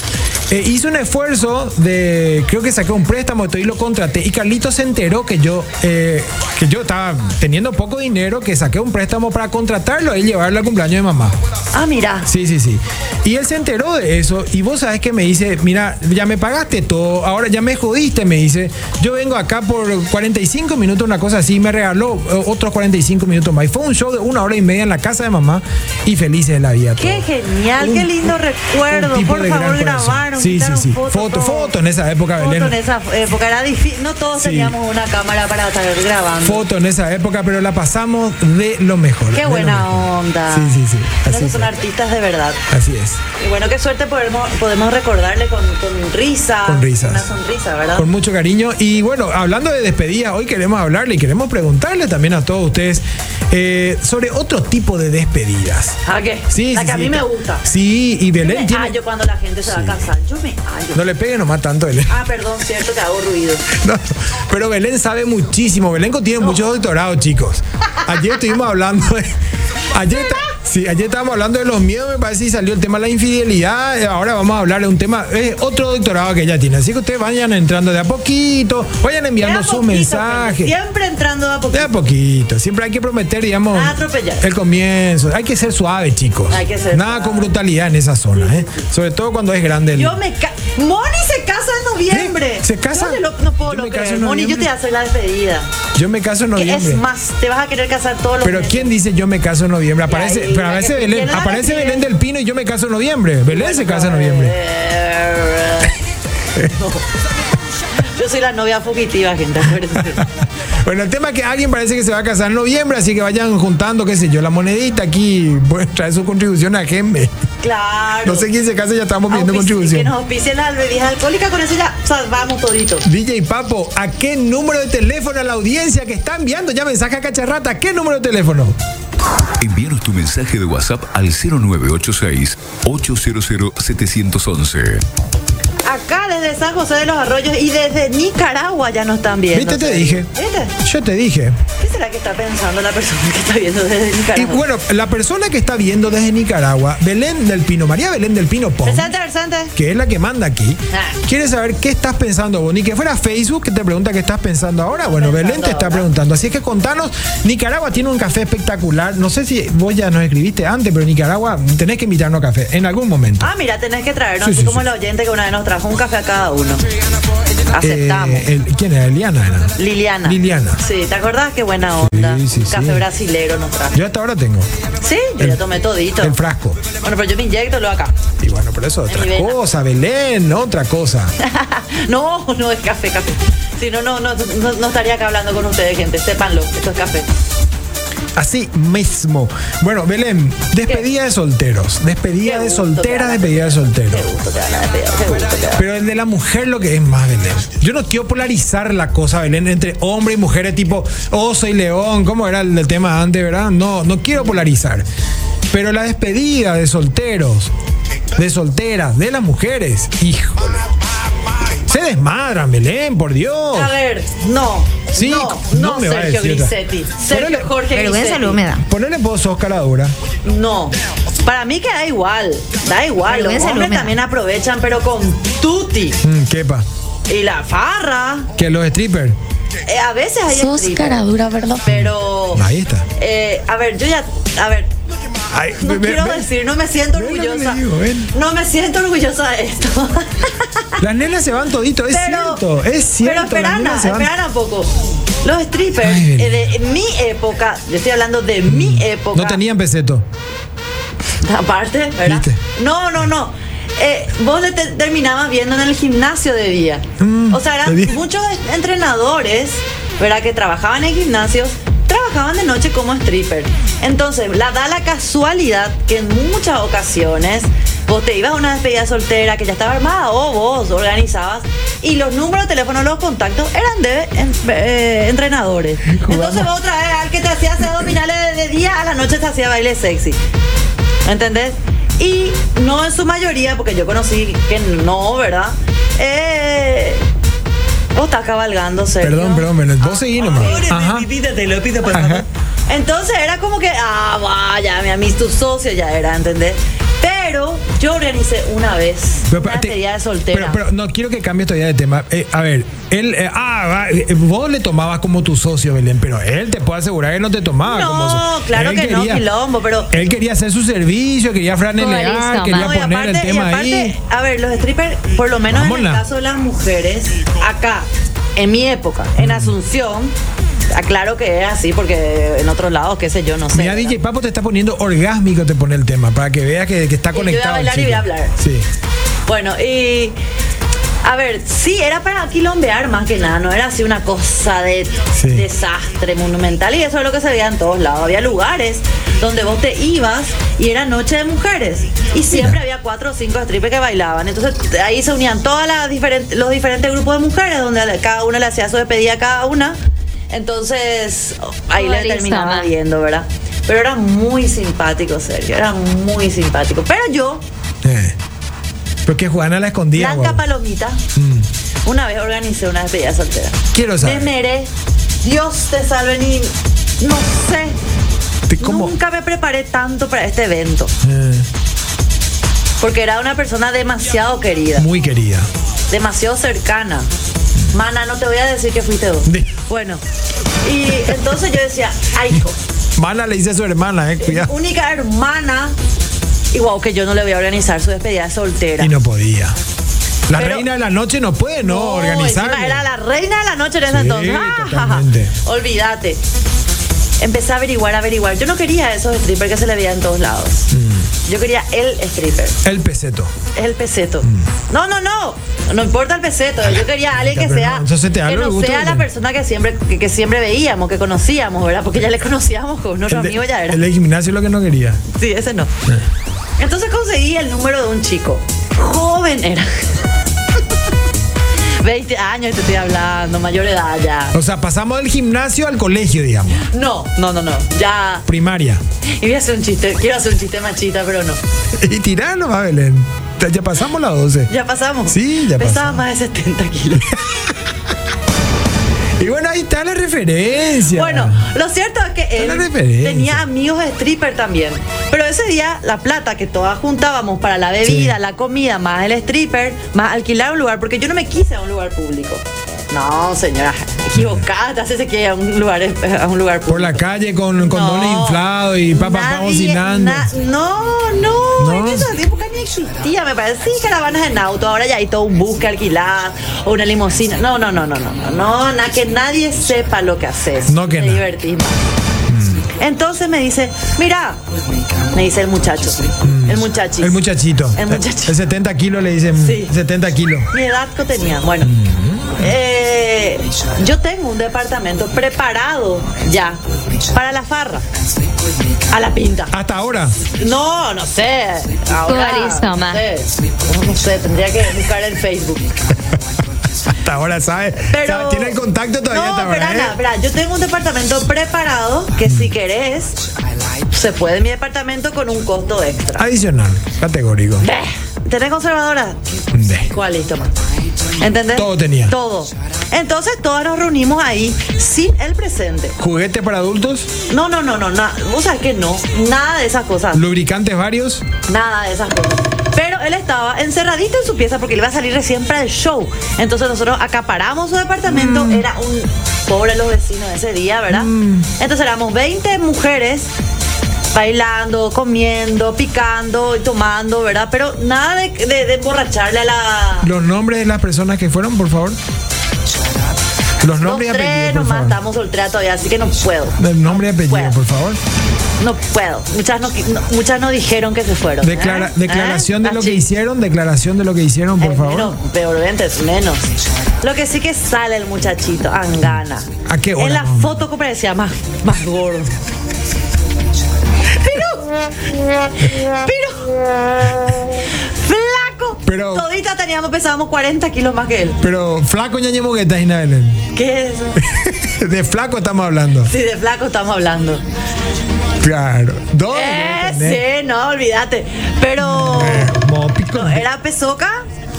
[SPEAKER 2] eh, hice un esfuerzo de, creo que saqué un préstamo y lo contraté. Y Carlito se enteró que yo, eh, que yo estaba teniendo poco dinero, que saqué un préstamo para contratarlo y llevarlo al cumpleaños de mamá.
[SPEAKER 1] Ah, mira.
[SPEAKER 2] Sí, sí, sí. Y él se enteró de eso y vos sabés que me dice, mira, ya me pagaste todo, ahora ya me jodiste, me dice, yo vengo acá por 45 minutos, una cosa así, y me regaló eh, otros 45 minutos más. Y fue un show de una hora y media en la casa de mamá y felices de la vida.
[SPEAKER 1] Qué
[SPEAKER 2] todos.
[SPEAKER 1] genial, qué lindo recuerdo.
[SPEAKER 2] un tipo
[SPEAKER 1] Por
[SPEAKER 2] de
[SPEAKER 1] favor,
[SPEAKER 2] gran corazón.
[SPEAKER 1] grabaron.
[SPEAKER 2] Sí,
[SPEAKER 1] quitaron
[SPEAKER 2] sí, sí.
[SPEAKER 1] fotos,
[SPEAKER 2] Foto,
[SPEAKER 1] todo.
[SPEAKER 2] foto en esa época,
[SPEAKER 1] Foto
[SPEAKER 2] Belén.
[SPEAKER 1] en esa época era difícil. No todos
[SPEAKER 2] Ah, Sí.
[SPEAKER 1] teníamos una cámara para estar grabando.
[SPEAKER 2] Foto en esa época, pero la pasamos de lo mejor. de
[SPEAKER 1] qué
[SPEAKER 2] lo
[SPEAKER 1] buena
[SPEAKER 2] mejor.
[SPEAKER 1] onda.
[SPEAKER 2] Sí, sí, sí. Así
[SPEAKER 1] Esos
[SPEAKER 2] es.
[SPEAKER 1] son artistas de verdad.
[SPEAKER 2] Así es.
[SPEAKER 1] Y bueno, qué suerte podemos, podemos recordarle con, con risa.
[SPEAKER 2] Con risas.
[SPEAKER 1] Una sonrisa, ¿verdad?
[SPEAKER 2] Con mucho cariño. Y bueno, hablando de despedida, hoy queremos hablarle y queremos preguntarle también a todos ustedes eh, sobre otro tipo de despedidas.
[SPEAKER 1] ¿A Ah, qué?
[SPEAKER 2] Sí,
[SPEAKER 1] La
[SPEAKER 2] sí,
[SPEAKER 1] que a
[SPEAKER 2] sí,
[SPEAKER 1] mí me
[SPEAKER 2] está-
[SPEAKER 1] gusta.
[SPEAKER 2] Sí, y
[SPEAKER 1] Yo me
[SPEAKER 2] Belén tiene.
[SPEAKER 1] hallo cuando la gente se va a casar. Yo me hallo.
[SPEAKER 2] No le pegue nomás tanto, Belén.
[SPEAKER 1] Ah, perdón, cierto que hago ruido.
[SPEAKER 2] No, pero Belén sabe muchísimo. Belén tiene muchos doctorados, chicos. Ayer estuvimos hablando de. Ayer, está- sí, ayer estábamos hablando de los miedos, me parece, y salió el tema de la infidelidad. Eh, Ahora vamos a hablar de un tema, es otro doctorado que ella tiene. Así que ustedes vayan entrando de a poquito, vayan enviando
[SPEAKER 1] De a
[SPEAKER 2] sus
[SPEAKER 1] poquito,
[SPEAKER 2] mensajes.
[SPEAKER 1] Siempre entrando de a
[SPEAKER 2] De
[SPEAKER 1] poquito.
[SPEAKER 2] a poquito, siempre hay que prometer, digamos,
[SPEAKER 1] Nada atropellar.
[SPEAKER 2] el comienzo. Hay que ser suave, chicos.
[SPEAKER 1] Hay que ser
[SPEAKER 2] Nada
[SPEAKER 1] suave.
[SPEAKER 2] con brutalidad en esa zona, ¿eh? Sobre todo cuando es grande. el-
[SPEAKER 1] Yo me ca Moni se casa en noviembre.
[SPEAKER 2] ¿Eh? ¿Se casa?
[SPEAKER 1] Yo te lo- no puedo
[SPEAKER 2] Yo
[SPEAKER 1] lo
[SPEAKER 2] me caso
[SPEAKER 1] creer.
[SPEAKER 2] en
[SPEAKER 1] Moni, yo te voy
[SPEAKER 2] noviembre.
[SPEAKER 1] a hacer la despedida.
[SPEAKER 2] Yo me caso en
[SPEAKER 1] Que
[SPEAKER 2] noviembre.
[SPEAKER 1] es más, te vas a querer casar todos los
[SPEAKER 2] Pero
[SPEAKER 1] meses.
[SPEAKER 2] ¿quién dice yo me caso en noviembre? Aparece,
[SPEAKER 1] ahí,
[SPEAKER 2] pero
[SPEAKER 1] la
[SPEAKER 2] aparece
[SPEAKER 1] que
[SPEAKER 2] Belén,
[SPEAKER 1] tiene la
[SPEAKER 2] aparece
[SPEAKER 1] que
[SPEAKER 2] Belén
[SPEAKER 1] tiene.
[SPEAKER 2] del Pino y yo me caso en noviembre. Belén se casa en noviembre.
[SPEAKER 1] Eh, no. Yo soy la novia fugitiva, gente. acuérdense.
[SPEAKER 2] Bueno, el tema es que alguien parece que se va a casar en noviembre, así que vayan juntando, qué sé yo, la monedita aquí, pues trae su contribución a Gemme.
[SPEAKER 1] Claro.
[SPEAKER 2] No sé quién se casa, ya estamos pidiendo
[SPEAKER 1] Auspici- Que
[SPEAKER 2] contribución.
[SPEAKER 1] nos auspicien las bebidas alcohólicas, con eso ya salvamos toditos.
[SPEAKER 2] DJ Papo, ¿a qué número de teléfono a la audiencia que está enviando ya mensaje a Cacharrata? ¿A qué número de teléfono?
[SPEAKER 4] Envíanos tu mensaje de WhatsApp al 0986-800-711.
[SPEAKER 1] Acá desde San José de los Arroyos y desde Nicaragua ya nos están viendo.
[SPEAKER 2] ¿Viste? Te dije.
[SPEAKER 1] ¿Viste?
[SPEAKER 2] Yo te dije.
[SPEAKER 1] ¿Qué será que está pensando la persona que está viendo desde
[SPEAKER 2] Y
[SPEAKER 1] Nicaragua?
[SPEAKER 2] bueno, la persona que está viendo desde Nicaragua, Belén del Pino, María Belén del Pino Pons.
[SPEAKER 1] Presente, presente.
[SPEAKER 2] que es la que manda aquí,
[SPEAKER 1] Ah.
[SPEAKER 2] quiere saber qué estás pensando vos. Ni que fuera Facebook que te pregunta qué estás pensando ahora. Bueno,
[SPEAKER 1] pensando
[SPEAKER 2] Belén te está
[SPEAKER 1] ahora.
[SPEAKER 2] preguntando. Así es que contanos, Nicaragua tiene un café espectacular. No sé si vos ya nos escribiste antes, pero Nicaragua tenés que invitarnos a café en algún momento.
[SPEAKER 1] Ah, mira, tenés que traernos,
[SPEAKER 2] Sí,
[SPEAKER 1] así
[SPEAKER 2] sí,
[SPEAKER 1] como
[SPEAKER 2] sí.
[SPEAKER 1] la oyente que una vez nos trajo un café a cada uno. Aceptamos.
[SPEAKER 2] Eh, el- ¿Quién era? Eliana. era.
[SPEAKER 1] Liliana.
[SPEAKER 2] Liliana.
[SPEAKER 1] Sí, ¿te acordás? Qué buena onda.
[SPEAKER 2] Sí, sí,
[SPEAKER 1] Un café
[SPEAKER 2] sí.
[SPEAKER 1] brasilero nos trajo.
[SPEAKER 2] Yo hasta ahora tengo
[SPEAKER 1] Sí, yo
[SPEAKER 2] El-
[SPEAKER 1] ya tomé todito.
[SPEAKER 2] el frasco.
[SPEAKER 1] Bueno, pero yo me inyecto lo acá.
[SPEAKER 2] Y bueno, pero eso es
[SPEAKER 1] mi
[SPEAKER 2] otra
[SPEAKER 1] vena.
[SPEAKER 2] cosa, Belén, otra cosa.
[SPEAKER 1] no, no es café, café. Si no, no, no, no, no estaría acá hablando con ustedes, gente. Sépanlo, esto es café.
[SPEAKER 2] Así mismo. Bueno, Belén, despedida de solteros. Despedida
[SPEAKER 1] Qué
[SPEAKER 2] de
[SPEAKER 1] gusto que
[SPEAKER 2] soltera,
[SPEAKER 1] hagas.
[SPEAKER 2] despedida de solteros.
[SPEAKER 1] Qué gusto te van a despedir, qué gusto te van a-
[SPEAKER 2] Pero el de la mujer lo que es más, Belén. Yo no quiero polarizar la cosa, Belén, entre hombre y mujeres, tipo, oh, soy león, como era el del tema antes, ¿verdad? No, no quiero polarizar. Pero la despedida de solteros, de solteras, de las mujeres, híjole. Se desmadran, Belén, por Dios.
[SPEAKER 1] A ver, no.
[SPEAKER 2] Sí,
[SPEAKER 1] no,
[SPEAKER 2] no
[SPEAKER 1] no,
[SPEAKER 2] me va a
[SPEAKER 1] Sergio
[SPEAKER 2] decir otra.
[SPEAKER 1] Grisetti.
[SPEAKER 2] Ponele-
[SPEAKER 1] Sergio Jorge
[SPEAKER 5] Vergüenza luego me
[SPEAKER 1] Grisetti.
[SPEAKER 5] da.
[SPEAKER 2] Ponele vos, Oscar Adura.
[SPEAKER 1] No. Para mí que da igual. Da igual. Los
[SPEAKER 5] Vergüenza
[SPEAKER 1] hombres
[SPEAKER 5] luego me da.
[SPEAKER 1] también aprovechan, pero con tutti.
[SPEAKER 2] Mm, quepa.
[SPEAKER 1] Y la farra.
[SPEAKER 2] Que los strippers.
[SPEAKER 1] Eh, a veces hay
[SPEAKER 6] Sos
[SPEAKER 1] stripper,
[SPEAKER 6] caradura, ¿verdad?
[SPEAKER 1] Pero.
[SPEAKER 2] Ahí está.
[SPEAKER 1] eh, a ver, yo ya. A ver.
[SPEAKER 2] Ay,
[SPEAKER 1] No
[SPEAKER 2] ve- ve-
[SPEAKER 1] quiero
[SPEAKER 2] ve-
[SPEAKER 1] decir, no me siento
[SPEAKER 2] Ven lo que le
[SPEAKER 1] orgullosa.
[SPEAKER 2] digo, ven.
[SPEAKER 1] no me siento orgullosa de esto.
[SPEAKER 2] Las nenas se van todito, es cierto, es cierto.
[SPEAKER 1] Pero
[SPEAKER 2] las
[SPEAKER 1] esperana,
[SPEAKER 2] nenas se van-
[SPEAKER 1] esperana un poco. Los strippers
[SPEAKER 2] Ay, Mm.
[SPEAKER 1] eh, de mi época, yo estoy hablando de mi época.
[SPEAKER 2] No tenían peseto.
[SPEAKER 1] Aparte, ¿verdad?
[SPEAKER 2] Viste.
[SPEAKER 1] No, no, no. Eh, vos le te- terminabas viendo en el gimnasio de día.
[SPEAKER 2] Mm,
[SPEAKER 1] o sea,
[SPEAKER 2] de
[SPEAKER 1] eran
[SPEAKER 2] día.
[SPEAKER 1] muchos entrenadores, ¿verdad? Que trabajaban en gimnasios, trabajaban de noche como stripper. Entonces, la da la casualidad que en muchas ocasiones vos te ibas a una despedida soltera que ya estaba armada o vos organizabas y los números de teléfono, los contactos eran de en- eh, entrenadores. Entonces vos otra vez al que te hacía hacer abdominales de día, a la noche te hacía baile sexy. ¿Entendés? Y no en su mayoría, porque yo conocí que no, ¿verdad? Eh, vos estás Oh, cabalgando, Sergio.
[SPEAKER 2] Perdón, perdón, Belén. Vos seguí nomás. Ajá.
[SPEAKER 1] Entonces era como que, ah, vaya, mi amigo, tu socio ya era, ¿entendés? Pero Pero yo organicé una vez
[SPEAKER 2] Pero, pero,
[SPEAKER 1] una
[SPEAKER 2] te-
[SPEAKER 1] despedida de soltera.
[SPEAKER 2] pero- pero, no quiero que cambies todavía de tema. Eh, a ver, él. eh, ah, va, eh, vos le tomabas como tu socio, Belén, pero él te puede asegurar que no te tomaba ah, como
[SPEAKER 1] no,
[SPEAKER 2] socio.
[SPEAKER 1] claro
[SPEAKER 2] Él
[SPEAKER 1] que no,
[SPEAKER 2] quería-
[SPEAKER 1] quilombo, pero
[SPEAKER 2] Él quería hacer su servicio, quería franelear,
[SPEAKER 5] Correcto,
[SPEAKER 2] quería
[SPEAKER 5] ma.
[SPEAKER 1] No, y
[SPEAKER 2] poner el
[SPEAKER 1] aparte, y
[SPEAKER 2] tema
[SPEAKER 1] aparte,
[SPEAKER 2] ahí.
[SPEAKER 1] a ver, los strippers, por lo menos en
[SPEAKER 2] Vámonos.
[SPEAKER 1] el caso de las mujeres, acá, en mi época,
[SPEAKER 2] Mm.
[SPEAKER 1] en Asunción, aclaro que es así, porque en otros lados, qué sé yo, no sé.
[SPEAKER 2] Mira,
[SPEAKER 1] ¿verdad?
[SPEAKER 2] DJ Papo te está poniendo orgásmico, te pone el tema, para que veas que, que está
[SPEAKER 1] yo voy a
[SPEAKER 2] conectado. el
[SPEAKER 1] bailar y
[SPEAKER 2] chico.
[SPEAKER 1] voy a hablar.
[SPEAKER 2] Sí.
[SPEAKER 1] Bueno, y. A ver, sí, era para quilombear más que nada, no era así una cosa de
[SPEAKER 2] Sí.
[SPEAKER 1] desastre monumental y eso es lo que se veía en todos lados. Había lugares donde vos te ibas y era noche de mujeres y siempre había cuatro o cinco strippers que bailaban. Entonces t- ahí se unían todas las diferentes, los diferentes grupos de mujeres donde la- cada una le hacía su despedida a cada una. Entonces ahí le
[SPEAKER 5] Organizaba.
[SPEAKER 1] terminaba viendo, ¿verdad? Pero era muy simpático, Sergio, era muy simpático. Pero yo
[SPEAKER 2] Eh. Pero que jugaban a la escondida.
[SPEAKER 1] Blanca
[SPEAKER 2] guau.
[SPEAKER 1] Palomita. Una vez organicé una despedida soltera.
[SPEAKER 2] Mm. Quiero saber.
[SPEAKER 1] Temeré. Dios te salve ni. No sé.
[SPEAKER 2] Te- ¿Cómo?
[SPEAKER 1] Nunca me preparé tanto para este evento.
[SPEAKER 2] Eh,
[SPEAKER 1] Porque era una persona demasiado querida.
[SPEAKER 2] muy querida.
[SPEAKER 1] Demasiado cercana. Mana, no te voy a decir que fuiste vos.
[SPEAKER 2] Di-
[SPEAKER 1] Bueno. Y entonces yo decía, ay, hijo,
[SPEAKER 2] Mala le dice a su hermana, eh, cuidado.
[SPEAKER 1] única hermana. Igual que yo no le voy a organizar su despedida soltera.
[SPEAKER 2] Y no podía. La
[SPEAKER 1] Pero-
[SPEAKER 2] reina de la noche no puede no, organizar.
[SPEAKER 1] encima Era la reina de la noche en ese
[SPEAKER 2] Sí,
[SPEAKER 1] entonces. Ah,
[SPEAKER 2] totalmente.
[SPEAKER 1] Olvídate. Empecé a averiguar, a averiguar. Yo no quería esos strippers que se le veía en todos lados.
[SPEAKER 2] Mm.
[SPEAKER 1] Yo quería el stripper,
[SPEAKER 2] El peseto.
[SPEAKER 1] es el peseto.
[SPEAKER 2] Mm.
[SPEAKER 1] No, no, no. No importa el peseto. Yo quería a alguien que
[SPEAKER 2] Pero
[SPEAKER 1] sea.
[SPEAKER 2] no, entonces te da
[SPEAKER 1] que
[SPEAKER 2] lo
[SPEAKER 1] no
[SPEAKER 2] gusto
[SPEAKER 1] sea
[SPEAKER 2] que
[SPEAKER 1] la
[SPEAKER 2] te-
[SPEAKER 1] persona que siempre, que, que siempre veíamos, que conocíamos, ¿verdad? Porque ya le conocíamos con nuestro
[SPEAKER 2] El de-
[SPEAKER 1] amigo, ya era.
[SPEAKER 2] el de gimnasio es lo que no quería.
[SPEAKER 1] Sí, ese no. Entonces conseguí el número de un chico. Joven era. 20 años te estoy hablando, mayor edad ya.
[SPEAKER 2] O sea, pasamos del gimnasio al colegio, digamos.
[SPEAKER 1] No, no, no, no. Ya.
[SPEAKER 2] Primaria.
[SPEAKER 1] Y voy a hacer un chiste. Quiero hacer un chiste machista, pero no.
[SPEAKER 2] Y tirano, va Belén. Ya- Ya pasamos la 12.
[SPEAKER 1] Ya pasamos.
[SPEAKER 2] Sí, ya
[SPEAKER 1] Pesaba
[SPEAKER 2] pasamos.
[SPEAKER 1] más de 70 kilos.
[SPEAKER 2] Y bueno, ahí está la referencia.
[SPEAKER 1] Bueno, lo cierto es que
[SPEAKER 2] Una
[SPEAKER 1] él
[SPEAKER 2] referencia.
[SPEAKER 1] tenía amigos de stripper también. Pero ese día, la plata que todas juntábamos para la bebida,
[SPEAKER 2] Sí.
[SPEAKER 1] la comida, más el stripper, más alquilar un lugar, porque yo no me quise a un lugar público. No, señora, equivocada, te haces que a un lugar, a un lugar público.
[SPEAKER 2] Por la calle con condones
[SPEAKER 1] No.
[SPEAKER 2] inflados y papá
[SPEAKER 1] Nadie,
[SPEAKER 2] cocinando.
[SPEAKER 1] na- no, no,
[SPEAKER 2] No.
[SPEAKER 1] En esa época ni existía, me parece. Sí, caravanas en auto. Ahora ya hay todo un bus que alquilar o una limusina. No, no, no, no, no, no. No, na- que nadie sepa lo que haces.
[SPEAKER 2] No, que Mm.
[SPEAKER 1] Te
[SPEAKER 2] na.
[SPEAKER 1] divertís más. Entonces me dice, mira, me dice el muchacho, el muchachis.
[SPEAKER 2] Mm. El muchachito.
[SPEAKER 1] El muchacho.
[SPEAKER 2] El 70 kilos le dicen.
[SPEAKER 1] Sí.
[SPEAKER 2] 70 kilos.
[SPEAKER 1] Mi edad que tenía. Bueno,
[SPEAKER 2] Mm.
[SPEAKER 1] eh, yo tengo un departamento preparado ya para la farra, a la pinta.
[SPEAKER 2] Hasta ahora.
[SPEAKER 1] No, no sé. Ahora,
[SPEAKER 5] listo, ma.
[SPEAKER 1] no sé. No sé, tendría que buscar en Facebook.
[SPEAKER 2] Hasta ahora, ¿sabes?
[SPEAKER 1] Pero
[SPEAKER 2] Tiene el contacto todavía
[SPEAKER 1] No,
[SPEAKER 2] hasta ahora.
[SPEAKER 1] espera,
[SPEAKER 2] ¿eh?
[SPEAKER 1] Ana, espera, yo tengo un departamento preparado que si querés se puede en mi departamento con un costo extra.
[SPEAKER 2] Adicional. Categórico.
[SPEAKER 1] Beh, ¿Tenés conservadora?
[SPEAKER 2] De.
[SPEAKER 1] ¿Cuál listo, ma? ¿Entendés?
[SPEAKER 2] Todo tenía.
[SPEAKER 1] Todo. Entonces todas nos reunimos ahí sin el presente.
[SPEAKER 2] Juguete para adultos.
[SPEAKER 1] No, no, no, no, no. Vos sabés que no. Nada de esas cosas.
[SPEAKER 2] Lubricantes varios.
[SPEAKER 1] Nada de esas cosas. Pero él estaba encerradito en su pieza porque le iba a salir recién para el show. Entonces nosotros acaparamos su departamento.
[SPEAKER 2] Mm.
[SPEAKER 1] Era un pobre los vecinos ese día, ¿verdad? Entonces éramos 20 mujeres bailando, comiendo, picando y tomando, ¿verdad? Pero nada de, de, de emborracharle a la...
[SPEAKER 2] Los nombres de las personas que fueron, por favor. Los
[SPEAKER 1] Los
[SPEAKER 2] nombres y
[SPEAKER 1] tres
[SPEAKER 2] apellidos. Por
[SPEAKER 1] nomás
[SPEAKER 2] favor.
[SPEAKER 1] estamos solteras todavía, así que no puedo.
[SPEAKER 2] El nombre y apellido,
[SPEAKER 1] Bueno.
[SPEAKER 2] por favor.
[SPEAKER 1] No puedo. Muchas no, no- muchas no dijeron que se fueron. ¿eh?
[SPEAKER 2] Declara-
[SPEAKER 1] ¿Eh?
[SPEAKER 2] Declaración de
[SPEAKER 1] Las
[SPEAKER 2] lo que
[SPEAKER 1] chicas.
[SPEAKER 2] hicieron, declaración de lo que hicieron, por
[SPEAKER 1] Eh,
[SPEAKER 2] favor.
[SPEAKER 1] Menos, peor ventas, menos. Lo que sí que sale el muchachito, Angana.
[SPEAKER 2] ¿A qué hora,
[SPEAKER 1] En la
[SPEAKER 2] mamá?
[SPEAKER 1] foto que parecía más, más gordo. Pero, pero, flaco.
[SPEAKER 2] Pero-
[SPEAKER 1] Todita teníamos, pesábamos 40 kilos más que él.
[SPEAKER 2] Pero flaco ñañe mogueta, Gina Belén.
[SPEAKER 1] ¿Qué es eso?
[SPEAKER 2] De flaco estamos hablando.
[SPEAKER 1] Si de flaco estamos hablando.
[SPEAKER 2] Claro. Dos.
[SPEAKER 1] Eh, sí, no, olvídate. Pero,
[SPEAKER 2] Como pico.
[SPEAKER 1] ¿era pesoca?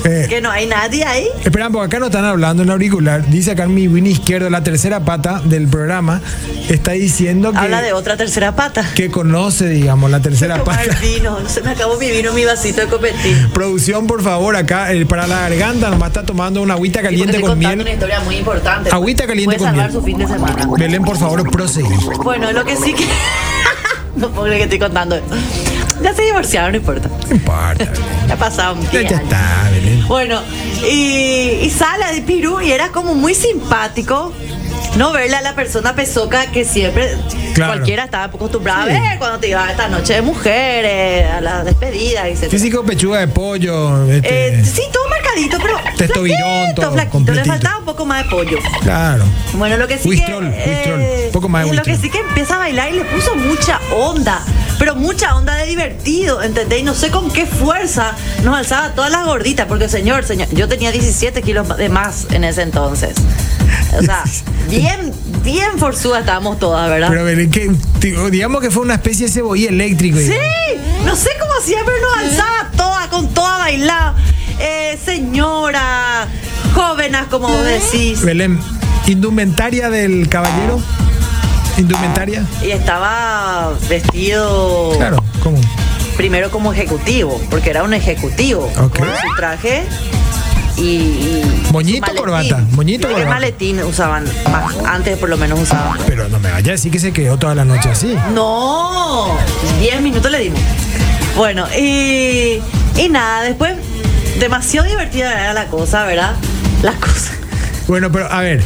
[SPEAKER 2] Eh.
[SPEAKER 1] Que no hay nadie ahí.
[SPEAKER 2] Esperan, porque acá no están hablando en el auricular. Dice acá en mi win izquierdo, la tercera pata del programa, está diciendo que,
[SPEAKER 1] Habla de otra tercera pata.
[SPEAKER 2] que conoce, digamos, la tercera
[SPEAKER 1] Tomar
[SPEAKER 2] pata.
[SPEAKER 1] vino. Se me acabó mi vino, mi vasito de copetín.
[SPEAKER 2] Producción, por favor, acá eh, para la garganta nomás está tomando una agüita
[SPEAKER 1] Y porque
[SPEAKER 2] caliente
[SPEAKER 1] estoy
[SPEAKER 2] con
[SPEAKER 1] contando una
[SPEAKER 2] miel.
[SPEAKER 1] historia muy importante.
[SPEAKER 2] Agüita caliente
[SPEAKER 1] Puede
[SPEAKER 2] con
[SPEAKER 1] salvar
[SPEAKER 2] miel.
[SPEAKER 1] su fin de semana.
[SPEAKER 2] Belén, por favor, proseguí.
[SPEAKER 1] Bueno, lo que sí que. no puedo creer que estoy contando. esto. Ya se divorciaron, no importa.
[SPEAKER 2] No importa, Belén.
[SPEAKER 1] Ya pasaron
[SPEAKER 2] Ya,
[SPEAKER 1] 10
[SPEAKER 2] ya
[SPEAKER 1] años.
[SPEAKER 2] está, Belén.
[SPEAKER 1] Bueno, y, y sale de Pirú y era como muy simpático. No verle a la persona pesoca que siempre
[SPEAKER 2] Claro.
[SPEAKER 1] cualquiera estaba acostumbrada
[SPEAKER 2] Sí.
[SPEAKER 1] a ver cuando te iba a esta noche de mujeres, a las despedidas, etc.
[SPEAKER 2] Físico, pechuga de pollo. este,
[SPEAKER 1] Eh, sí, todo marcadito, pero.
[SPEAKER 2] Testovirón,
[SPEAKER 1] flaquito,
[SPEAKER 2] todo
[SPEAKER 1] flaquito. Le
[SPEAKER 2] completito.
[SPEAKER 1] faltaba un poco más de pollo.
[SPEAKER 2] Claro.
[SPEAKER 1] Bueno, lo que sí
[SPEAKER 2] Wistrol,
[SPEAKER 1] que.
[SPEAKER 2] Wistrol, poco más de
[SPEAKER 1] y Lo que
[SPEAKER 2] Wistrol.
[SPEAKER 1] sí que empieza a bailar y le puso mucha onda. Pero mucha onda de divertido, ¿entendés? Y no sé con qué fuerza nos alzaba todas las gorditas, porque señor, señor, yo tenía 17 kilos de más en ese entonces. O sea, bien, bien forzuda estábamos todas, ¿verdad?
[SPEAKER 2] Pero Belén, que, digo, digamos que fue una especie de cebolla eléctrico. digamos.
[SPEAKER 1] Sí, no sé cómo siempre nos alzaba toda, con toda bailada. Eh, señora, jóvenes, como vos decís.
[SPEAKER 2] Belén, indumentaria del caballero. Indumentaria.
[SPEAKER 1] Y estaba vestido.
[SPEAKER 2] Claro, ¿cómo?
[SPEAKER 1] primero como ejecutivo, porque era un ejecutivo.
[SPEAKER 2] Ok.
[SPEAKER 1] Con su traje y. y
[SPEAKER 2] Moñito,
[SPEAKER 1] su maletín.
[SPEAKER 2] corbata, moñito,
[SPEAKER 1] Creo que
[SPEAKER 2] corbata.
[SPEAKER 1] maletín usaban más. Antes por lo menos usaban.
[SPEAKER 2] Pero no me vaya a decir que se quedó toda la noche así.
[SPEAKER 1] No, 10 minutos le dimos. Bueno, y, y nada, después, demasiado divertida era la cosa, ¿verdad? La cosa.
[SPEAKER 2] Bueno, pero a ver.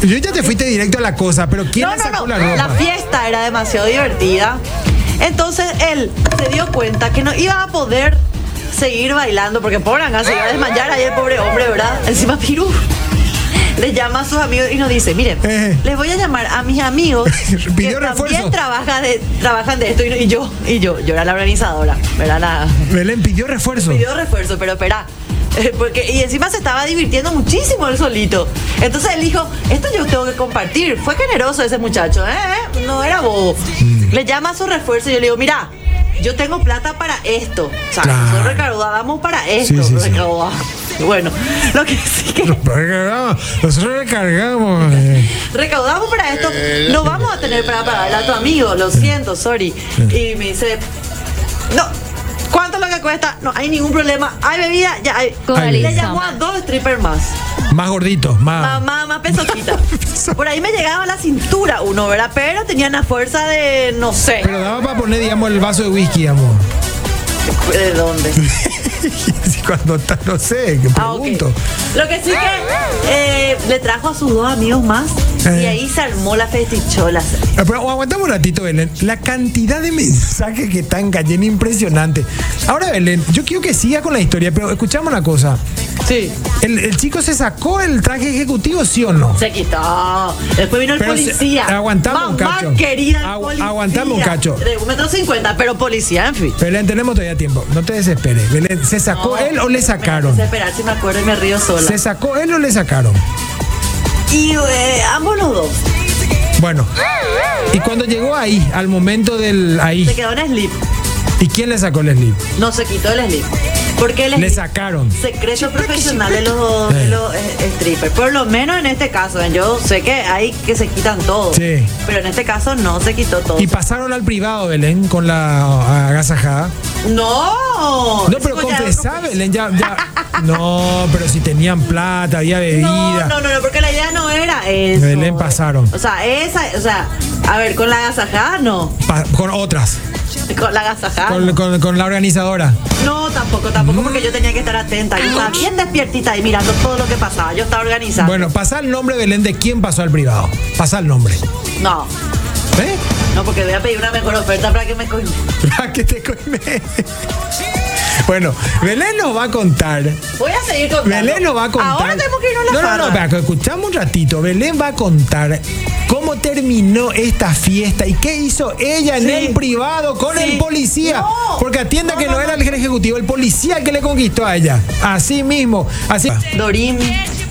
[SPEAKER 2] Yo ya te fuiste directo a la cosa, pero ¿quién
[SPEAKER 1] No,
[SPEAKER 2] le
[SPEAKER 1] no,
[SPEAKER 2] sacó
[SPEAKER 1] no,
[SPEAKER 2] la ropa?
[SPEAKER 1] la fiesta era demasiado divertida. Entonces él se dio cuenta que no iba a poder seguir bailando, porque pobre Angá se iba a desmayar ahí el pobre hombre, ¿verdad? Encima Pirú. Le llama a sus amigos y nos dice, miren,
[SPEAKER 2] Eh.
[SPEAKER 1] les voy a llamar a mis amigos que
[SPEAKER 2] Pidió refuerzos.
[SPEAKER 1] también trabaja de, trabajan de esto y, no- y yo, y yo, yo era la organizadora, ¿verdad? La,
[SPEAKER 2] Belén pidió refuerzo.
[SPEAKER 1] pidió refuerzo, pero espera. eh, Porque, y encima se estaba divirtiendo muchísimo él solito. Entonces él dijo, esto yo tengo que compartir. Fue generoso ese muchacho, ¿eh? ¿eh? No era bobo.
[SPEAKER 2] Mm.
[SPEAKER 1] Le llama a su refuerzo y yo le digo, mira, yo tengo plata para esto. O sea,
[SPEAKER 2] Claro.
[SPEAKER 1] nosotros recaudábamos para esto.
[SPEAKER 2] sí, sí.
[SPEAKER 1] recaudábamos. Bueno, lo que sí que
[SPEAKER 2] Nosotros recargamos. eh.
[SPEAKER 1] recaudamos para esto, no vamos a tener para pagarle a tu amigo, lo siento, sorry. Y me dice, no, ¿cuánto es lo que cuesta? No hay ningún problema, hay bebida, ya hay.
[SPEAKER 2] Ahí.
[SPEAKER 1] Le llamó a dos strippers más,
[SPEAKER 2] Más gordito, más.
[SPEAKER 1] mamá, Ah. más pesoquita. Por ahí me llegaba a la cintura uno, ¿verdad? Pero tenía una fuerza de, no sé,
[SPEAKER 2] Pero daba para poner, digamos, el vaso de whisky, amor.
[SPEAKER 1] ¿de dónde?
[SPEAKER 2] Sí, Cuando está, no sé, que
[SPEAKER 1] Ah, ok.
[SPEAKER 2] pregunto.
[SPEAKER 1] Lo que sí que eh, le trajo a sus dos amigos más y
[SPEAKER 2] Eh.
[SPEAKER 1] ahí se armó la festichola.
[SPEAKER 2] Ah, Pero aguantamos un ratito, Belén. La cantidad de mensajes que están cayendo impresionante. Ahora, Belén, yo quiero que siga con la historia, pero escuchamos una cosa.
[SPEAKER 1] Sí.
[SPEAKER 2] ¿El, el chico se sacó el traje ejecutivo, sí o no?
[SPEAKER 1] Se quitó. Después vino el
[SPEAKER 2] Pero se-
[SPEAKER 1] policía.
[SPEAKER 2] aguantame un
[SPEAKER 1] Mamá
[SPEAKER 2] cacho.
[SPEAKER 1] querida, el
[SPEAKER 2] Agu-
[SPEAKER 1] policía.
[SPEAKER 2] aguantame un cacho.
[SPEAKER 1] De un metro cincuenta, pero policía, en fin.
[SPEAKER 2] Belén, tenemos todavía tiempo. No te desesperes. Belén, ¿se sacó él o le sacaron?
[SPEAKER 1] Me hace esperar si me acuerdo y me río sola.
[SPEAKER 2] ¿Se sacó él o le sacaron?
[SPEAKER 1] Y eh, ambos los dos.
[SPEAKER 2] Bueno. Y cuando llegó ahí, al momento del
[SPEAKER 1] Se
[SPEAKER 2] ahí,
[SPEAKER 1] quedó en slip.
[SPEAKER 2] ¿y quién le sacó el slip?
[SPEAKER 1] No se quitó el slip. Porque el
[SPEAKER 2] Le
[SPEAKER 1] slip-
[SPEAKER 2] sacaron.
[SPEAKER 1] secreto profesional de los, de
[SPEAKER 2] Eh.
[SPEAKER 1] los, eh, strippers. Por lo menos en este caso. ¿eh? Yo sé que hay que se quitan todos.
[SPEAKER 2] Sí.
[SPEAKER 1] Pero en este caso no se quitó todo.
[SPEAKER 2] Y pasaron al privado, Belén, con la ah, agasajada.
[SPEAKER 1] ¡No!
[SPEAKER 2] No,
[SPEAKER 1] Ese
[SPEAKER 2] pero
[SPEAKER 1] collar
[SPEAKER 2] confesá, Belén, ya, ya. No, pero si tenían plata, había bebida.
[SPEAKER 1] No, no, no, no, porque la idea no era eso.
[SPEAKER 2] Belén pasaron.
[SPEAKER 1] O sea, esa, o sea, a ver, con la agasajada no. Ah,
[SPEAKER 2] Pa- con otras,
[SPEAKER 1] Con la agasajada.
[SPEAKER 2] con, con- con la Mm. organizadora.
[SPEAKER 1] No, tampoco, tampoco, porque yo tenía que estar atenta. Yo estaba bien despiertita y mirando todo lo que pasaba. Yo estaba organizada.
[SPEAKER 2] Bueno, pasá el nombre, Belén, de quién pasó al privado. Pasá el nombre.
[SPEAKER 1] No,
[SPEAKER 2] ¿Eh?
[SPEAKER 1] no, porque voy a pedir una mejor oferta para que me cojan.
[SPEAKER 2] Para que te coime. Bueno, Belén nos va a contar.
[SPEAKER 1] Voy a seguir contando.
[SPEAKER 2] Belén nos va a contar.
[SPEAKER 1] Ahora tenemos que irnos a la
[SPEAKER 2] No, no, no,
[SPEAKER 1] farra.
[SPEAKER 2] espera, que escuchamos un ratito. Belén va a contar cómo terminó esta fiesta y qué hizo ella en
[SPEAKER 1] Sí.
[SPEAKER 2] el privado con
[SPEAKER 1] Sí.
[SPEAKER 2] el policía.
[SPEAKER 1] No.
[SPEAKER 2] Porque atienda
[SPEAKER 1] No,
[SPEAKER 2] que no,
[SPEAKER 1] no,
[SPEAKER 2] era
[SPEAKER 1] no.
[SPEAKER 2] el ejecutivo, el policía el que le conquistó a ella. Así mismo. Así.
[SPEAKER 1] Dorín,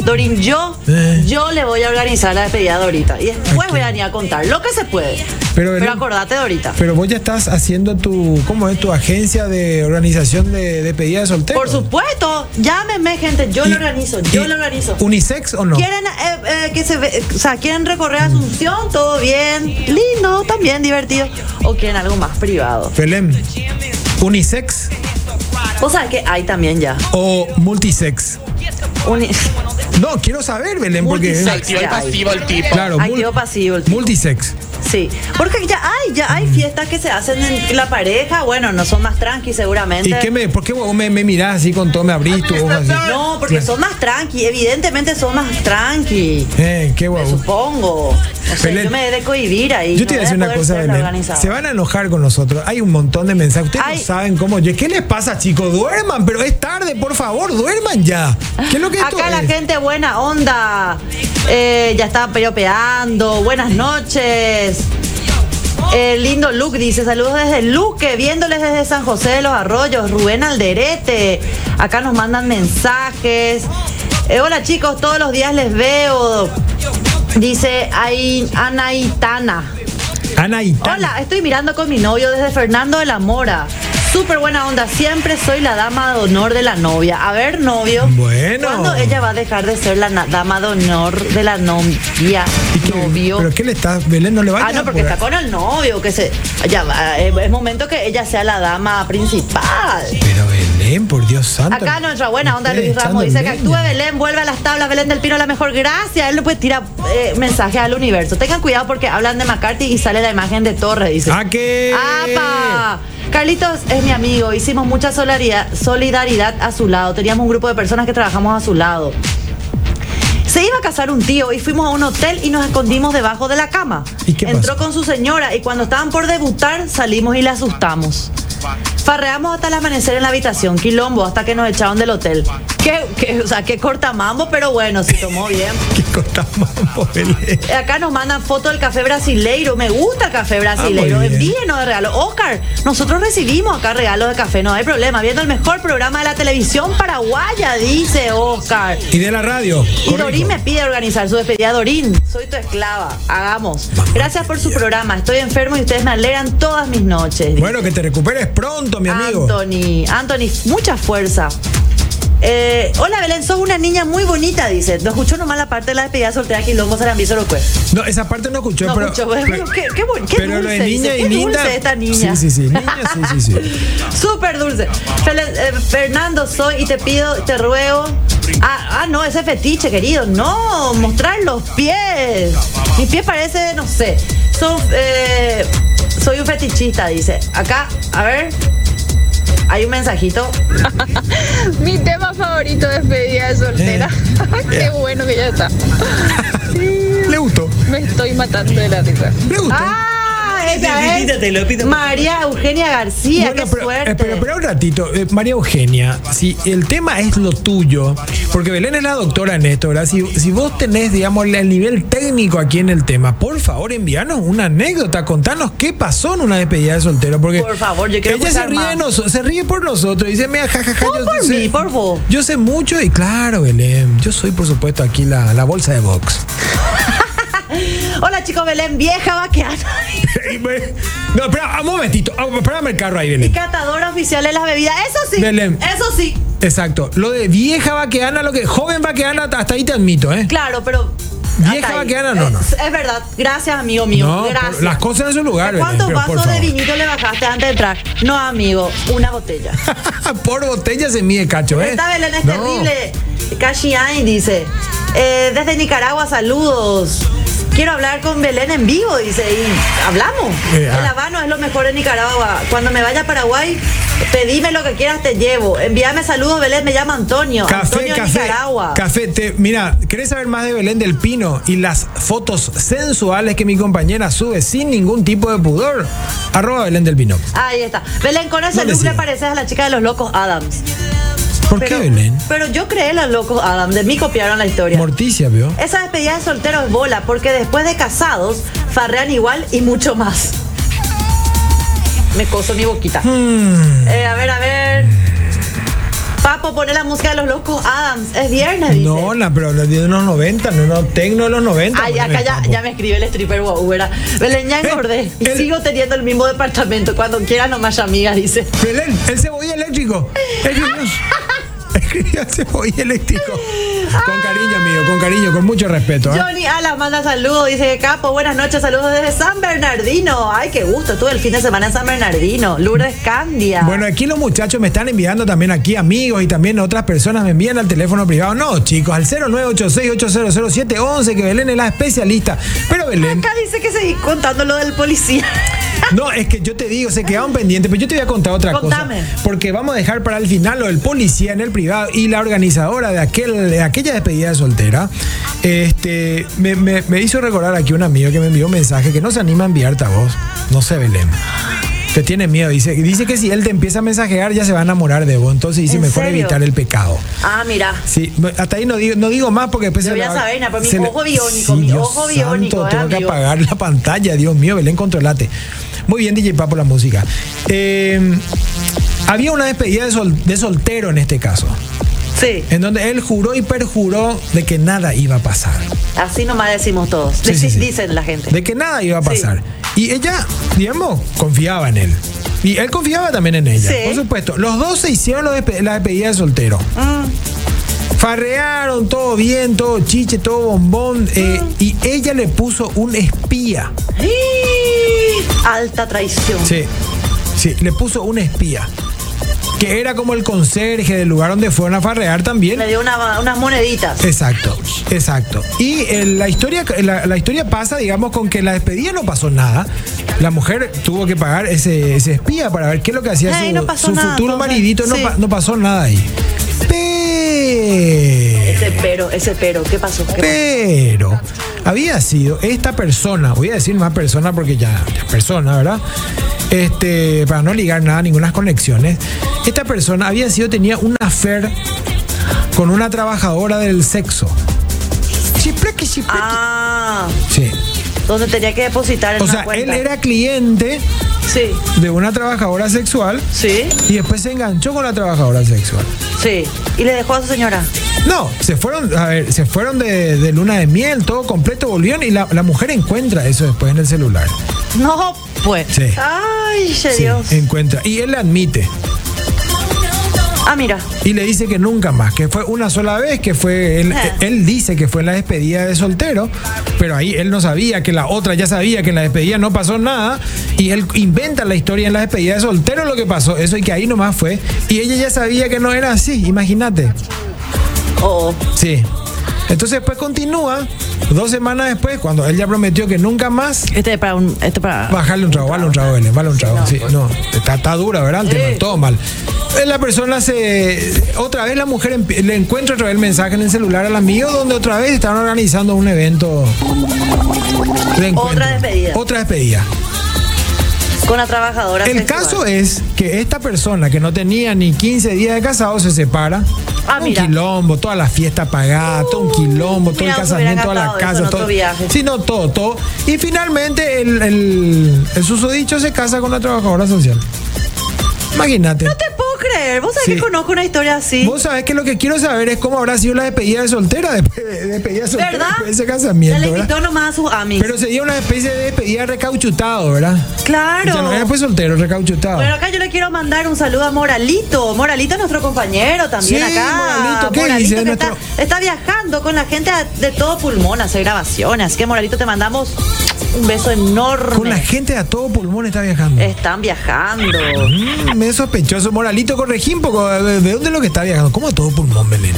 [SPEAKER 1] Dorin, yo,
[SPEAKER 2] Eh.
[SPEAKER 1] yo le voy a organizar la despedida a Dorita. Y después
[SPEAKER 2] Ok.
[SPEAKER 1] voy a venir a contar lo que se puede.
[SPEAKER 2] Pero, Belén-
[SPEAKER 1] acordate, Dorita.
[SPEAKER 2] Pero vos ya estás haciendo tu, ¿cómo es? Tu agencia de organización de, de pedida de soltero.
[SPEAKER 1] Por supuesto, llámenme, gente. Yo
[SPEAKER 2] Y-
[SPEAKER 1] lo organizo, yo
[SPEAKER 2] y-
[SPEAKER 1] lo organizo.
[SPEAKER 2] ¿Unisex o no?
[SPEAKER 1] ¿Quieren, eh, eh, que se ve- o sea, quieren recorrer Asunción? Todo bien, lindo, también divertido. ¿O quieren algo más privado?
[SPEAKER 2] Belén, ¿unisex
[SPEAKER 1] O sea, que hay también ya.
[SPEAKER 2] o multisex?
[SPEAKER 1] Uni-
[SPEAKER 2] No, quiero saber, Belén, porque...
[SPEAKER 1] Multisex.
[SPEAKER 5] Activo y pasivo el tipo.
[SPEAKER 2] Claro,
[SPEAKER 1] Activo pasivo, el tipo.
[SPEAKER 2] multisex.
[SPEAKER 1] Sí, porque ya hay, ya
[SPEAKER 2] Mm.
[SPEAKER 1] hay fiestas que se hacen en la pareja. Bueno, no son más tranqui seguramente.
[SPEAKER 2] ¿Y qué me, por qué vos me, me mirás así con todo, me abrís tu boca así?
[SPEAKER 1] No, porque son más tranqui, evidentemente son más tranqui.
[SPEAKER 2] Eh, qué guau.
[SPEAKER 1] Supongo. O sea,
[SPEAKER 2] Belén,
[SPEAKER 1] yo me he de cohibir ahí.
[SPEAKER 2] Yo te voy a
[SPEAKER 1] no
[SPEAKER 2] decir una
[SPEAKER 1] poder
[SPEAKER 2] cosa,
[SPEAKER 1] ser la
[SPEAKER 2] Belén.
[SPEAKER 1] organizada.
[SPEAKER 2] Se van a enojar con nosotros. Hay un montón de mensajes. Ustedes
[SPEAKER 1] Ay.
[SPEAKER 2] no saben cómo. yo- ¿Qué les pasa, chicos? Duerman, pero es tarde, por favor, duerman ya. ¿Qué es lo que esto
[SPEAKER 1] Acá la
[SPEAKER 2] es?
[SPEAKER 1] gente buena onda. Eh, ya está peopeando. Buenas noches. Eh, lindo look, dice. Saludos desde Luque, viéndoles desde San José de los Arroyos. Rubén Alderete. Acá nos mandan mensajes. Eh, hola chicos, todos los días les veo. Dice Ain- Anaitana.
[SPEAKER 2] Ana y Tan.
[SPEAKER 1] Hola, estoy mirando con mi novio desde Fernando de la Mora. Súper buena onda, siempre soy la dama de honor de la novia. A ver, novio.
[SPEAKER 2] Bueno.
[SPEAKER 1] ¿Cuándo ella va a dejar de ser la na- dama de honor de la novia?
[SPEAKER 2] ¿Y qué-
[SPEAKER 1] Novio.
[SPEAKER 2] ¿Pero qué le estás? Belén no le va
[SPEAKER 1] Ah, no, porque está con el novio, que se. Ya, va, eh, es momento que ella sea la dama principal.
[SPEAKER 2] Pero Belén, por Dios santo.
[SPEAKER 1] Acá nuestra buena onda
[SPEAKER 2] Ustedes
[SPEAKER 1] Luis
[SPEAKER 2] echando
[SPEAKER 1] Ramos dice que
[SPEAKER 2] leña.
[SPEAKER 1] actúe Belén, vuelve a las tablas, Belén del Pino la mejor, gracias. Él no puede tirar eh, mensajes al universo. Tengan cuidado porque hablan de McCarthy y sale la imagen de Torres, dice.
[SPEAKER 2] ¿A qué?
[SPEAKER 1] ¡Apa! Carlitos es mi amigo, hicimos mucha solaridad- solidaridad a su lado, teníamos un grupo de personas que trabajamos a su lado. Se iba a casar un tío y fuimos a un hotel y nos escondimos debajo de la cama.
[SPEAKER 2] ¿Y qué
[SPEAKER 1] Entró
[SPEAKER 2] pasó?
[SPEAKER 1] con su señora y cuando estaban por debutar salimos y le asustamos. Farreamos hasta el amanecer en la habitación, quilombo, hasta que nos echaron del hotel. Qué, qué- o sea, qué cortamambo, pero bueno, se tomó bien.
[SPEAKER 2] ¿Qué cortamambo, Belén?
[SPEAKER 1] Acá nos mandan foto del café brasileiro. Me gusta el café brasileiro.
[SPEAKER 2] Ah, muy bien.
[SPEAKER 1] Envíenos de regalo. Oscar, nosotros recibimos acá regalos de café, no hay problema. Viendo el mejor programa de la televisión paraguaya, dice Oscar.
[SPEAKER 2] Y de la radio.
[SPEAKER 1] Y
[SPEAKER 2] correcto.
[SPEAKER 1] Dorín me pide organizar su despedida. Dorín, soy tu esclava. Hagamos.
[SPEAKER 2] Mamá
[SPEAKER 1] Gracias por su programa. Estoy enfermo y ustedes me alegran todas mis noches.
[SPEAKER 2] Bueno, que te recuperes pronto, mi amigo.
[SPEAKER 1] Anthony, Anthony, mucha fuerza. Eh, hola Belén, sos una niña muy bonita, dice. No escuchó nomás la parte de la despedida soltera Quilombo Sarambí Sorocue.
[SPEAKER 2] No, esa parte no escuchó,
[SPEAKER 1] No
[SPEAKER 2] pero.
[SPEAKER 1] escuchó, pero qué- qué bon- qué
[SPEAKER 2] pero lo
[SPEAKER 1] dulce,
[SPEAKER 2] de niña
[SPEAKER 1] dice,
[SPEAKER 2] y
[SPEAKER 1] qué
[SPEAKER 2] linda.
[SPEAKER 1] dulce esta niña.
[SPEAKER 2] Sí, sí, sí. Niña, sí, sí, sí.
[SPEAKER 1] Súper dulce. Fel- eh, Fernando, soy y te pido, te ruego. Ah, ah, no, ese fetiche, querido. No, mostrar los pies. Mis pies parece, no sé. Son, eh, soy un fetichista, dice. Acá, a ver. Hay un mensajito.
[SPEAKER 6] Mi tema favorito de despedida de soltera. Qué bueno que ya está.
[SPEAKER 2] Le gustó.
[SPEAKER 6] Me estoy matando de la risa.
[SPEAKER 2] Le gustó.
[SPEAKER 1] ¡Ah! Esa es María Eugenia García.
[SPEAKER 2] Bueno,
[SPEAKER 1] ¡Qué
[SPEAKER 2] pero,
[SPEAKER 1] suerte!
[SPEAKER 2] eh, pero- pero un ratito, eh, María Eugenia, si el tema es lo tuyo, porque Belén es la doctora en esto, ¿verdad? Si, si vos tenés, digamos, el- el nivel técnico aquí en el tema, por favor, envíanos una anécdota, contanos qué pasó en una despedida de soltero, porque
[SPEAKER 1] Por favor, yo quiero
[SPEAKER 2] ella se
[SPEAKER 1] escuchar
[SPEAKER 2] ríe,
[SPEAKER 1] más.
[SPEAKER 2] de noso- se ríe por nosotros, dice, mira, jajaja,
[SPEAKER 1] No por
[SPEAKER 2] sé,
[SPEAKER 1] mí, por vos.
[SPEAKER 2] Yo sé mucho y claro, Belén, yo soy, por supuesto, aquí la, la bolsa de box.
[SPEAKER 1] Hola, chicos, Belén, vieja vaqueana.
[SPEAKER 2] no, espera, un momentito, ah, espérame el carro ahí, Belén.
[SPEAKER 1] Y catadora oficial de las bebidas. Eso sí.
[SPEAKER 2] Belén.
[SPEAKER 1] Eso sí.
[SPEAKER 2] Exacto. Lo de vieja vaqueana, lo que joven vaqueana, hasta ahí te admito, ¿eh?
[SPEAKER 1] Claro, pero.
[SPEAKER 2] Vieja
[SPEAKER 1] hasta ahí.
[SPEAKER 2] vaqueana, no, no.
[SPEAKER 1] Es, es verdad. Gracias, amigo mío.
[SPEAKER 2] No, por-
[SPEAKER 1] Gracias.
[SPEAKER 2] las cosas en su lugar, Belén,
[SPEAKER 1] ¿Cuántos
[SPEAKER 2] pero por
[SPEAKER 1] vasos de
[SPEAKER 2] favor.
[SPEAKER 1] vinito le bajaste antes de entrar? No, amigo, una botella.
[SPEAKER 2] Por botella se mide cacho, ¿eh?
[SPEAKER 1] Esta Belén es
[SPEAKER 2] No.
[SPEAKER 1] terrible. Kashi Ain dice. eh, desde Nicaragua, saludos. Quiero hablar con Belén en vivo, dice. Y hablamos.
[SPEAKER 2] Eh, ah.
[SPEAKER 1] El habano es lo mejor en Nicaragua. Cuando me vaya a Paraguay, pedime lo que quieras, te llevo. Envíame saludos, Belén. Me llama Antonio.
[SPEAKER 2] Café,
[SPEAKER 1] Antonio de
[SPEAKER 2] café,
[SPEAKER 1] Nicaragua.
[SPEAKER 2] café. Te, mira, ¿querés saber más de Belén del Pino y las fotos sensuales que mi compañera sube sin ningún tipo de pudor? Arroba Belén del Pino.
[SPEAKER 1] Ahí está. Belén, con
[SPEAKER 2] No
[SPEAKER 1] ese
[SPEAKER 2] le
[SPEAKER 1] look le
[SPEAKER 2] sigo.
[SPEAKER 1] pareces a la chica de los locos Adams.
[SPEAKER 2] ¿Por
[SPEAKER 1] Pero,
[SPEAKER 2] qué Belén?
[SPEAKER 1] pero yo creé los locos Adams. De mí copiaron la historia.
[SPEAKER 2] Morticia, ¿vio?
[SPEAKER 1] Esa despedida de soltero es bola, porque después de casados, farrean igual y mucho más.
[SPEAKER 2] Hmm.
[SPEAKER 1] Me coso mi boquita. Eh, a ver, a ver. Pa- Papo, pone la música de los locos Adams. Es viernes, dice.
[SPEAKER 2] No, la, pero los de unos 90, no, no, tecno de los 90.
[SPEAKER 1] Ay,
[SPEAKER 2] poneme,
[SPEAKER 1] acá ya,
[SPEAKER 2] papo. Eh,
[SPEAKER 1] ya me escribe el stripper wow, era. Belén, ya engordé. Y
[SPEAKER 2] el-
[SPEAKER 1] sigo teniendo el mismo departamento. Cuando quiera nomás amigas, dice.
[SPEAKER 2] Belén, el cebolla eléctrico. Escribió, escribió el cebolla eléctrico. Con cariño, amigo, con cariño, con mucho respeto. ¿eh?
[SPEAKER 1] Johnny Alas manda saludos, dice que capo, buenas noches, saludos desde San Bernardino. Ay, qué gusto, estuve el fin de semana en San Bernardino. Lourdes Candia.
[SPEAKER 2] Bueno, aquí los muchachos me están enviando también aquí amigos y también otras personas me envían al teléfono privado. No, chicos, al 0986800711 que Belén es la especialista. Pero Belén,
[SPEAKER 1] acá dice que seguí contando lo del policía.
[SPEAKER 2] no, es que yo te digo, se quedaron pendientes, pero yo te voy a contar otra
[SPEAKER 1] Contame.
[SPEAKER 2] cosa. Porque vamos a dejar para el final lo del policía en el privado y la organizadora de, aquel, de aquella despedida de soltera. Este, me, me- me hizo recordar aquí un amigo que me envió un mensaje que no se anima a enviarte a vos. No sé, Belén. Te tiene miedo, dice, dice que si él te empieza a mensajear ya se va a enamorar de vos. Entonces dice,
[SPEAKER 1] ¿En
[SPEAKER 2] mejor
[SPEAKER 1] serio?
[SPEAKER 2] evitar el pecado.
[SPEAKER 1] Ah, mira.
[SPEAKER 2] Sí, me- hasta ahí no digo, no digo más porque después
[SPEAKER 1] Yo
[SPEAKER 2] se
[SPEAKER 1] voy
[SPEAKER 2] le
[SPEAKER 1] a
[SPEAKER 2] va-
[SPEAKER 1] saber, na, por mi
[SPEAKER 2] se le-
[SPEAKER 1] ojo biónico, mi ojo biónico, eh,
[SPEAKER 2] Tengo que
[SPEAKER 1] amigo.
[SPEAKER 2] apagar la pantalla, Dios mío, Belén, controlate. Muy bien, DJ Papo, la música. Eh, había una despedida de, sol- de soltero en este caso,
[SPEAKER 1] Sí,
[SPEAKER 2] en donde él juró y perjuró de que nada iba a pasar.
[SPEAKER 1] así nomás decimos todos.
[SPEAKER 2] Sí, sí,
[SPEAKER 1] Deci-
[SPEAKER 2] sí.
[SPEAKER 1] Dicen la gente.
[SPEAKER 2] De que nada iba a pasar. Y ella, digamos, confiaba en él. Y él confiaba también en ella.
[SPEAKER 1] Sí.
[SPEAKER 2] Por supuesto. Los dos se hicieron los despe- la despedida de soltero.
[SPEAKER 1] Ah.
[SPEAKER 2] Farrearon, todo bien, todo chiche, todo bombón.
[SPEAKER 1] Ah.
[SPEAKER 2] eh, y ella le puso un espía.
[SPEAKER 1] ¡Ih! Alta traición.
[SPEAKER 2] Sí. Sí, le puso un espía. Que era como el conserje del lugar donde fueron a farrear también.
[SPEAKER 1] Le dio una- unas moneditas.
[SPEAKER 2] Exacto, exacto. Y eh, la, historia, la, la historia pasa, digamos, con que en la despedida no pasó nada. La mujer tuvo que pagar ese, ese espía para ver qué es lo que hacía
[SPEAKER 1] Ay,
[SPEAKER 2] su,
[SPEAKER 1] no pasó
[SPEAKER 2] su
[SPEAKER 1] nada,
[SPEAKER 2] futuro
[SPEAKER 1] entonces.
[SPEAKER 2] maridito. No,
[SPEAKER 1] Sí.
[SPEAKER 2] pa- no pasó nada ahí. Pero,
[SPEAKER 1] Ese pero, ese pero, ¿qué pasó? ¿Qué pasó?
[SPEAKER 2] pero había sido esta persona, voy a decir más persona porque ya, ya persona, ¿verdad? Este, para no ligar nada, ninguna conexiones. Esta persona había sido, tenía una affair con una trabajadora del sexo. Chiplaqui, chiplaqui.
[SPEAKER 1] Ah,
[SPEAKER 2] Sí.
[SPEAKER 1] donde tenía que depositar en
[SPEAKER 2] O
[SPEAKER 1] una
[SPEAKER 2] sea, él
[SPEAKER 1] cuenta.
[SPEAKER 2] era cliente
[SPEAKER 1] Sí,
[SPEAKER 2] de una trabajadora sexual
[SPEAKER 1] sí,
[SPEAKER 2] y después se enganchó con la trabajadora sexual.
[SPEAKER 1] sí. Y le dejó a su señora.
[SPEAKER 2] No, se fueron, a ver, se fueron de, de luna de miel, todo completo, volvieron y la, la mujer encuentra eso después en el celular.
[SPEAKER 1] No, pues.
[SPEAKER 2] Sí.
[SPEAKER 1] Ay, che
[SPEAKER 2] Sí, eh.
[SPEAKER 1] Dios.
[SPEAKER 2] encuentra. Y él la admite.
[SPEAKER 1] Ah, mira.
[SPEAKER 2] Y le dice que nunca más, que fue una sola vez, que fue. Él,
[SPEAKER 1] Ah.
[SPEAKER 2] él dice que fue en la despedida de soltero, pero ahí él no sabía, que la otra ya sabía que en la despedida no pasó nada. Y él inventa la historia en la despedida de soltero lo que pasó, eso y que ahí nomás fue. Y ella ya sabía que no era así, imagínate.
[SPEAKER 1] Oh,
[SPEAKER 2] Sí. Entonces después continúa, dos semanas después, cuando él ya prometió que nunca más.
[SPEAKER 1] este es para un. Este para.
[SPEAKER 2] Bajarle un trago, vale un trago, Belén, vale un trago. Sí, no, está, está dura, ¿verdad? El tema,
[SPEAKER 1] Sí.
[SPEAKER 2] todo mal. Eh, La persona se. Otra vez la mujer empi- le encuentra otra vez el mensaje en el celular al amigo, donde otra vez están organizando un evento. de encuentro.
[SPEAKER 1] Otra despedida.
[SPEAKER 2] Otra despedida.
[SPEAKER 1] Con la trabajadora.
[SPEAKER 2] El
[SPEAKER 1] sexual.
[SPEAKER 2] caso es que esta persona que no tenía ni 15 días de casado se separa.
[SPEAKER 1] Ah,
[SPEAKER 2] un
[SPEAKER 1] mira. Uh,
[SPEAKER 2] quilombo, toda la fiesta pagada, todo un quilombo, todo el
[SPEAKER 1] mira, se hubiera
[SPEAKER 2] casamiento, toda la
[SPEAKER 1] gastado eso
[SPEAKER 2] casa,
[SPEAKER 1] en otro
[SPEAKER 2] todo.
[SPEAKER 1] viaje.
[SPEAKER 2] Sí, no, todo, todo. Y finalmente el, el, el susodicho se casa con la trabajadora social. Imagínate.
[SPEAKER 1] No te puedo creer. Vos sabés
[SPEAKER 2] Sí.
[SPEAKER 1] que conozco una historia así.
[SPEAKER 2] Vos sabés que lo que quiero saber es cómo habrá sido la despedida de soltera después de despedida de soltera
[SPEAKER 1] ¿Verdad?
[SPEAKER 2] después de ese
[SPEAKER 1] Se le
[SPEAKER 2] casamiento. ¿verdad?
[SPEAKER 1] invitó nomás a sus amigos.
[SPEAKER 2] Pero sería una especie de despedida recauchutado, ¿verdad?
[SPEAKER 1] Claro.
[SPEAKER 2] Ya no era pues soltero, recauchutado.
[SPEAKER 1] Bueno, acá yo le quiero mandar un saludo a Moralito. Moralito es nuestro compañero también
[SPEAKER 2] Sí,
[SPEAKER 1] acá.
[SPEAKER 2] Moralito, ¿qué dice
[SPEAKER 1] que
[SPEAKER 2] nuestro-
[SPEAKER 1] está, está viajando con la gente de todo pulmón a hacer grabaciones. Así que, Moralito, te mandamos un beso enorme.
[SPEAKER 2] Con la gente a todo pulmón está viajando.
[SPEAKER 1] Están viajando.
[SPEAKER 2] Mm, es sospechoso. Moralito, corregí un poco. ¿De de dónde es lo que está viajando? ¿Cómo a todo pulmón, Belén?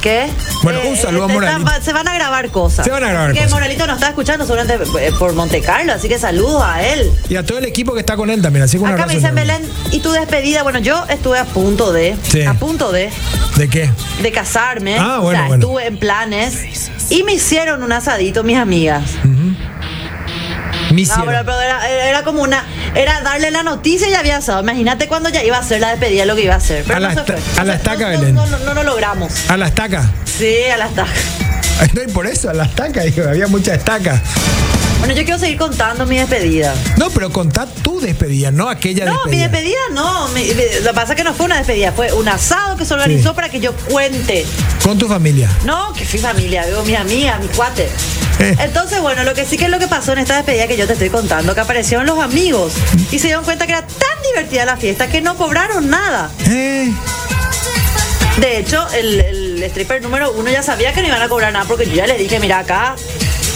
[SPEAKER 1] ¿Qué? Eh,
[SPEAKER 2] Bueno, un saludo a
[SPEAKER 1] están-
[SPEAKER 2] Moralito.
[SPEAKER 1] va- se van a grabar cosas.
[SPEAKER 2] Se van a grabar
[SPEAKER 1] Así que
[SPEAKER 2] cosas.
[SPEAKER 1] Moralito nos está escuchando seguramente eh, por Monte Carlo, así que saludos a él.
[SPEAKER 2] Y a todo el equipo que está con él también. Así que un
[SPEAKER 1] Acá me
[SPEAKER 2] abrazo
[SPEAKER 1] dicen,
[SPEAKER 2] enorme.
[SPEAKER 1] Belén, ¿y tu despedida? Bueno, yo estuve a punto de,
[SPEAKER 2] Sí.
[SPEAKER 1] a punto de,
[SPEAKER 2] ¿De qué?
[SPEAKER 1] de casarme.
[SPEAKER 2] Ah, bueno,
[SPEAKER 1] o sea,
[SPEAKER 2] bueno.
[SPEAKER 1] estuve en planes y me hicieron un asadito mis amigas.
[SPEAKER 2] Misión.
[SPEAKER 1] No, pero, pero era, era- era como una, era darle la noticia y había asado. Imagínate cuando ya iba a hacer la despedida, lo que iba a hacer. Pero
[SPEAKER 2] A
[SPEAKER 1] no
[SPEAKER 2] la
[SPEAKER 1] se
[SPEAKER 2] esta-
[SPEAKER 1] fue.
[SPEAKER 2] a la
[SPEAKER 1] O sea,
[SPEAKER 2] estaca,
[SPEAKER 1] no- no-
[SPEAKER 2] Belén.
[SPEAKER 1] No, no, no lo logramos.
[SPEAKER 2] A la estaca.
[SPEAKER 1] Sí, a la estaca.
[SPEAKER 2] Ay, No, y por eso, a la estaca. Digo, había mucha estaca.
[SPEAKER 1] Bueno, yo quiero seguir contando mi despedida.
[SPEAKER 2] No, pero contá tu despedida, no aquella
[SPEAKER 1] No, mi
[SPEAKER 2] despedida.
[SPEAKER 1] despedida no. mi- mi- lo que pasa es que no fue una despedida, fue un asado que se organizó
[SPEAKER 2] Sí.
[SPEAKER 1] para que yo cuente.
[SPEAKER 2] Con tu familia.
[SPEAKER 1] No, que fui familia, veo mis amigas, mis cuates.
[SPEAKER 2] Eh.
[SPEAKER 1] Entonces, bueno, lo que sí que es lo que pasó en esta despedida que yo te estoy contando, que aparecieron los amigos y se dieron cuenta que era tan divertida la fiesta que no cobraron nada.
[SPEAKER 2] Eh,
[SPEAKER 1] De hecho, el, el stripper número uno ya sabía que no iban a cobrar nada porque yo ya le dije, mira acá,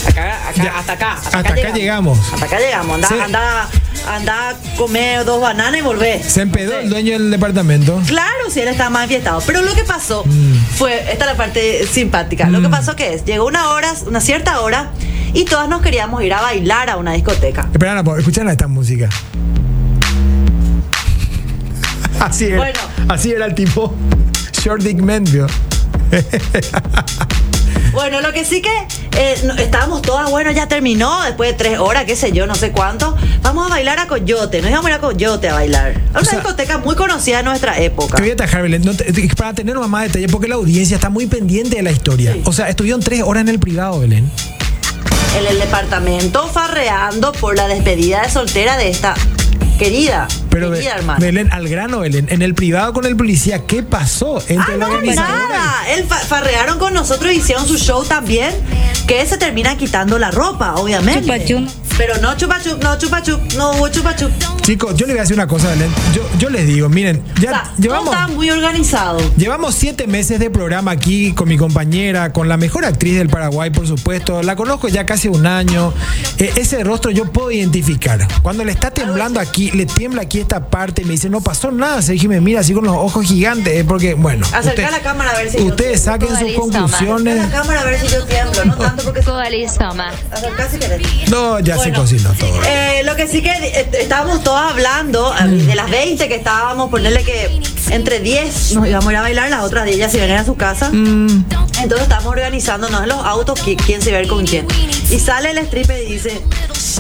[SPEAKER 1] acá, acá,
[SPEAKER 2] Ya.
[SPEAKER 1] hasta acá.
[SPEAKER 2] Hasta acá llegamos.
[SPEAKER 1] Hasta acá llegamos. Anda,
[SPEAKER 2] Se-
[SPEAKER 1] anda, anda a comer dos bananas y volver.
[SPEAKER 2] se empedó el dueño del departamento.
[SPEAKER 1] Claro, si él estaba más fiestado. Pero lo que pasó
[SPEAKER 2] Mm.
[SPEAKER 1] fue, esta es la parte simpática. Lo que pasó que es, llegó una hora, una cierta hora, y todas nos queríamos ir a bailar a una discoteca.
[SPEAKER 2] Espera, Ana, Paula, escuchan esta música. Así era.
[SPEAKER 1] Bueno.
[SPEAKER 2] Así era el tipo. Short Dick Man, vio.
[SPEAKER 1] Bueno, lo que sí que eh, no- estábamos todas, bueno, ya terminó, después de tres horas, qué sé yo, no sé cuánto. Vamos a bailar a Coyote, nos íbamos a ir a Coyote a bailar. A una
[SPEAKER 2] O sea-
[SPEAKER 1] discoteca muy conocida de nuestra época.
[SPEAKER 2] Te voy a atajar, Belén, no te- te- para tener más detalle, porque la audiencia está muy pendiente de la historia. O sea, estuvieron tres horas en el privado, Belén.
[SPEAKER 1] En el departamento farreando por la despedida de soltera de esta querida,
[SPEAKER 2] Pero Be-
[SPEAKER 1] querida hermana.
[SPEAKER 2] Belén, al grano, Belén, en el privado con el policía, ¿qué pasó? Entre
[SPEAKER 1] Ah,
[SPEAKER 2] la
[SPEAKER 1] no,
[SPEAKER 2] organizadora y-
[SPEAKER 1] nada. Él fa- farrearon con nosotros, hicieron su show también, que se termina quitando la ropa, obviamente.
[SPEAKER 5] Chupa chup.
[SPEAKER 1] Pero no chupa chup, no chupa chup, no hubo chupa chup.
[SPEAKER 2] Chicos, yo les voy a decir una cosa, Belén. Yo, yo les digo, miren, ya
[SPEAKER 1] O sea,
[SPEAKER 2] llevamos.
[SPEAKER 1] todo estaba muy organizado.
[SPEAKER 2] Llevamos siete meses de programa aquí con mi compañera, con la mejor actriz del Paraguay, por supuesto. La conozco ya casi un año. Eh, ese rostro yo puedo identificar. Cuando le está temblando aquí, le tiembla aquí esta parte, me dice, no pasó nada. Sergio me mira así con los ojos gigantes, eh, porque, bueno.
[SPEAKER 1] Acerca la cámara a ver si yo
[SPEAKER 2] Ustedes
[SPEAKER 1] tengo
[SPEAKER 2] saquen sus
[SPEAKER 5] todo listo,
[SPEAKER 1] Mira
[SPEAKER 2] conclusiones.
[SPEAKER 1] la cámara a ver si yo tiemblo, no tanto porque se
[SPEAKER 5] Colistoma.
[SPEAKER 1] acerca si querés.
[SPEAKER 2] No, ya
[SPEAKER 1] Bueno,
[SPEAKER 2] se cocinó todo.
[SPEAKER 1] eh, lo que sí que eh, estábamos todas hablando, a mí, de las 20 que estábamos, ponerle que entre 10 nos íbamos a ir a bailar, las otras 10 ya se venían a su casa.
[SPEAKER 2] Mm.
[SPEAKER 1] Entonces estábamos organizándonos en los autos, qui- quién se va a ir con quién. Y sale el stripper y dice,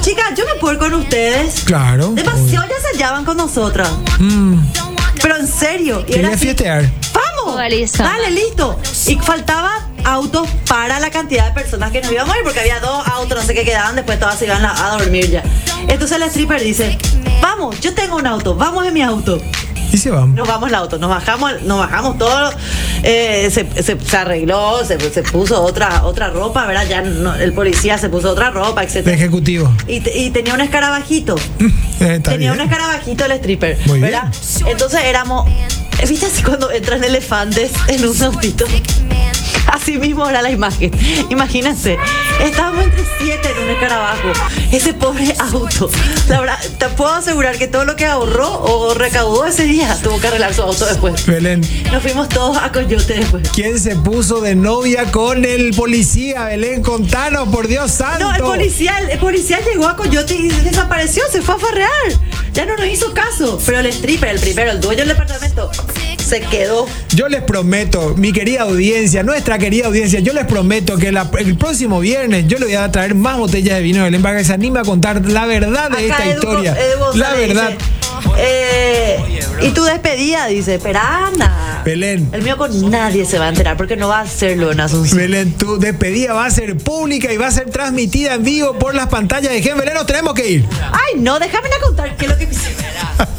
[SPEAKER 1] chicas, yo me puedo ir con ustedes.
[SPEAKER 2] Claro. Mm.
[SPEAKER 1] Demasiado ya se llevan con nosotras. Pero en serio. Y
[SPEAKER 2] Quería
[SPEAKER 1] era así,
[SPEAKER 2] fiestear.
[SPEAKER 1] ¡Vamos!
[SPEAKER 5] Listo.
[SPEAKER 1] Dale, listo. Y faltaba autos para la cantidad de personas que nos íbamos a ir, porque había dos autos, no sé qué quedaban, después todas se iban a, a dormir ya. Entonces la stripper dice, vamos, yo tengo un auto, vamos en mi auto.
[SPEAKER 2] Y se van.
[SPEAKER 1] Nos vamos al auto, nos bajamos, nos bajamos todos, eh, se, se- se arregló, se, se puso otra, otra ropa, ¿verdad? Ya no- el policía se puso otra ropa,
[SPEAKER 2] De
[SPEAKER 1] etc.
[SPEAKER 2] ejecutivo.
[SPEAKER 1] Y, te- y tenía un escarabajito.
[SPEAKER 2] Eh, está
[SPEAKER 1] Tenía un
[SPEAKER 2] bien.
[SPEAKER 1] escarabajito el stripper.
[SPEAKER 2] Muy
[SPEAKER 1] ¿verdad? Entonces éramos. ¿Viste así cuando entran elefantes en un autito? Así mismo era la imagen. Imagínense, estábamos entre siete en un escarabajo. Ese pobre auto. La verdad, te puedo asegurar que todo lo que ahorró o recaudó ese día tuvo que arreglar su auto después.
[SPEAKER 2] Belén,
[SPEAKER 1] Nos fuimos todos a Coyote después.
[SPEAKER 2] ¿quién se puso de novia con el policía? Belén, contanos, por Dios santo.
[SPEAKER 1] No, el policía, el policía llegó a Coyote y desapareció, se fue a farrear. Ya no nos hizo caso. Pero el stripper, el primero, el dueño del departamento, se quedó.
[SPEAKER 2] Yo les prometo, mi querida audiencia, nuestra querida audiencia, yo les prometo que la- el próximo viernes yo le voy a traer más botellas de vino de Belén para que se anime a contar la verdad de esta
[SPEAKER 1] Edu-
[SPEAKER 2] historia.
[SPEAKER 1] Edu
[SPEAKER 2] la
[SPEAKER 1] González
[SPEAKER 2] verdad.
[SPEAKER 1] dice, eh, y tu despedida, dice, pero Ana.
[SPEAKER 2] Belén.
[SPEAKER 1] El mío con nadie se va a enterar porque no va a hacerlo en Asunción.
[SPEAKER 2] Belén, tu despedida va a ser pública y va a ser transmitida en vivo por las pantallas de Gen Belén, nos tenemos que ir.
[SPEAKER 1] Ay, no, déjame a contar qué es lo que me hicieron.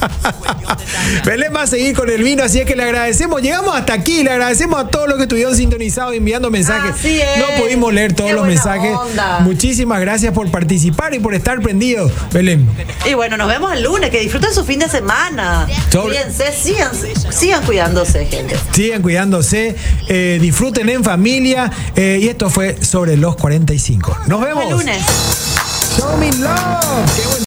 [SPEAKER 2] Belén va a seguir con el vino, así es que le agradecemos. Llegamos hasta aquí, le agradecemos a todos los que estuvieron sintonizados enviando mensajes.
[SPEAKER 1] Así es.
[SPEAKER 2] No pudimos leer todos
[SPEAKER 1] Qué
[SPEAKER 2] los
[SPEAKER 1] buena
[SPEAKER 2] mensajes.
[SPEAKER 1] onda.
[SPEAKER 2] Muchísimas gracias por participar y por estar prendido, Belén.
[SPEAKER 1] Y bueno, nos vemos el lunes. Que disfruten su fin de semana.
[SPEAKER 2] Sobre-
[SPEAKER 1] Cuídense, sigan, sigan cuidándose, gente.
[SPEAKER 2] Sigan cuidándose, eh, disfruten en familia. eh, y esto fue sobre los 45. Nos
[SPEAKER 1] El
[SPEAKER 2] vemos.
[SPEAKER 1] lunes.
[SPEAKER 2] Show me love. Qué buen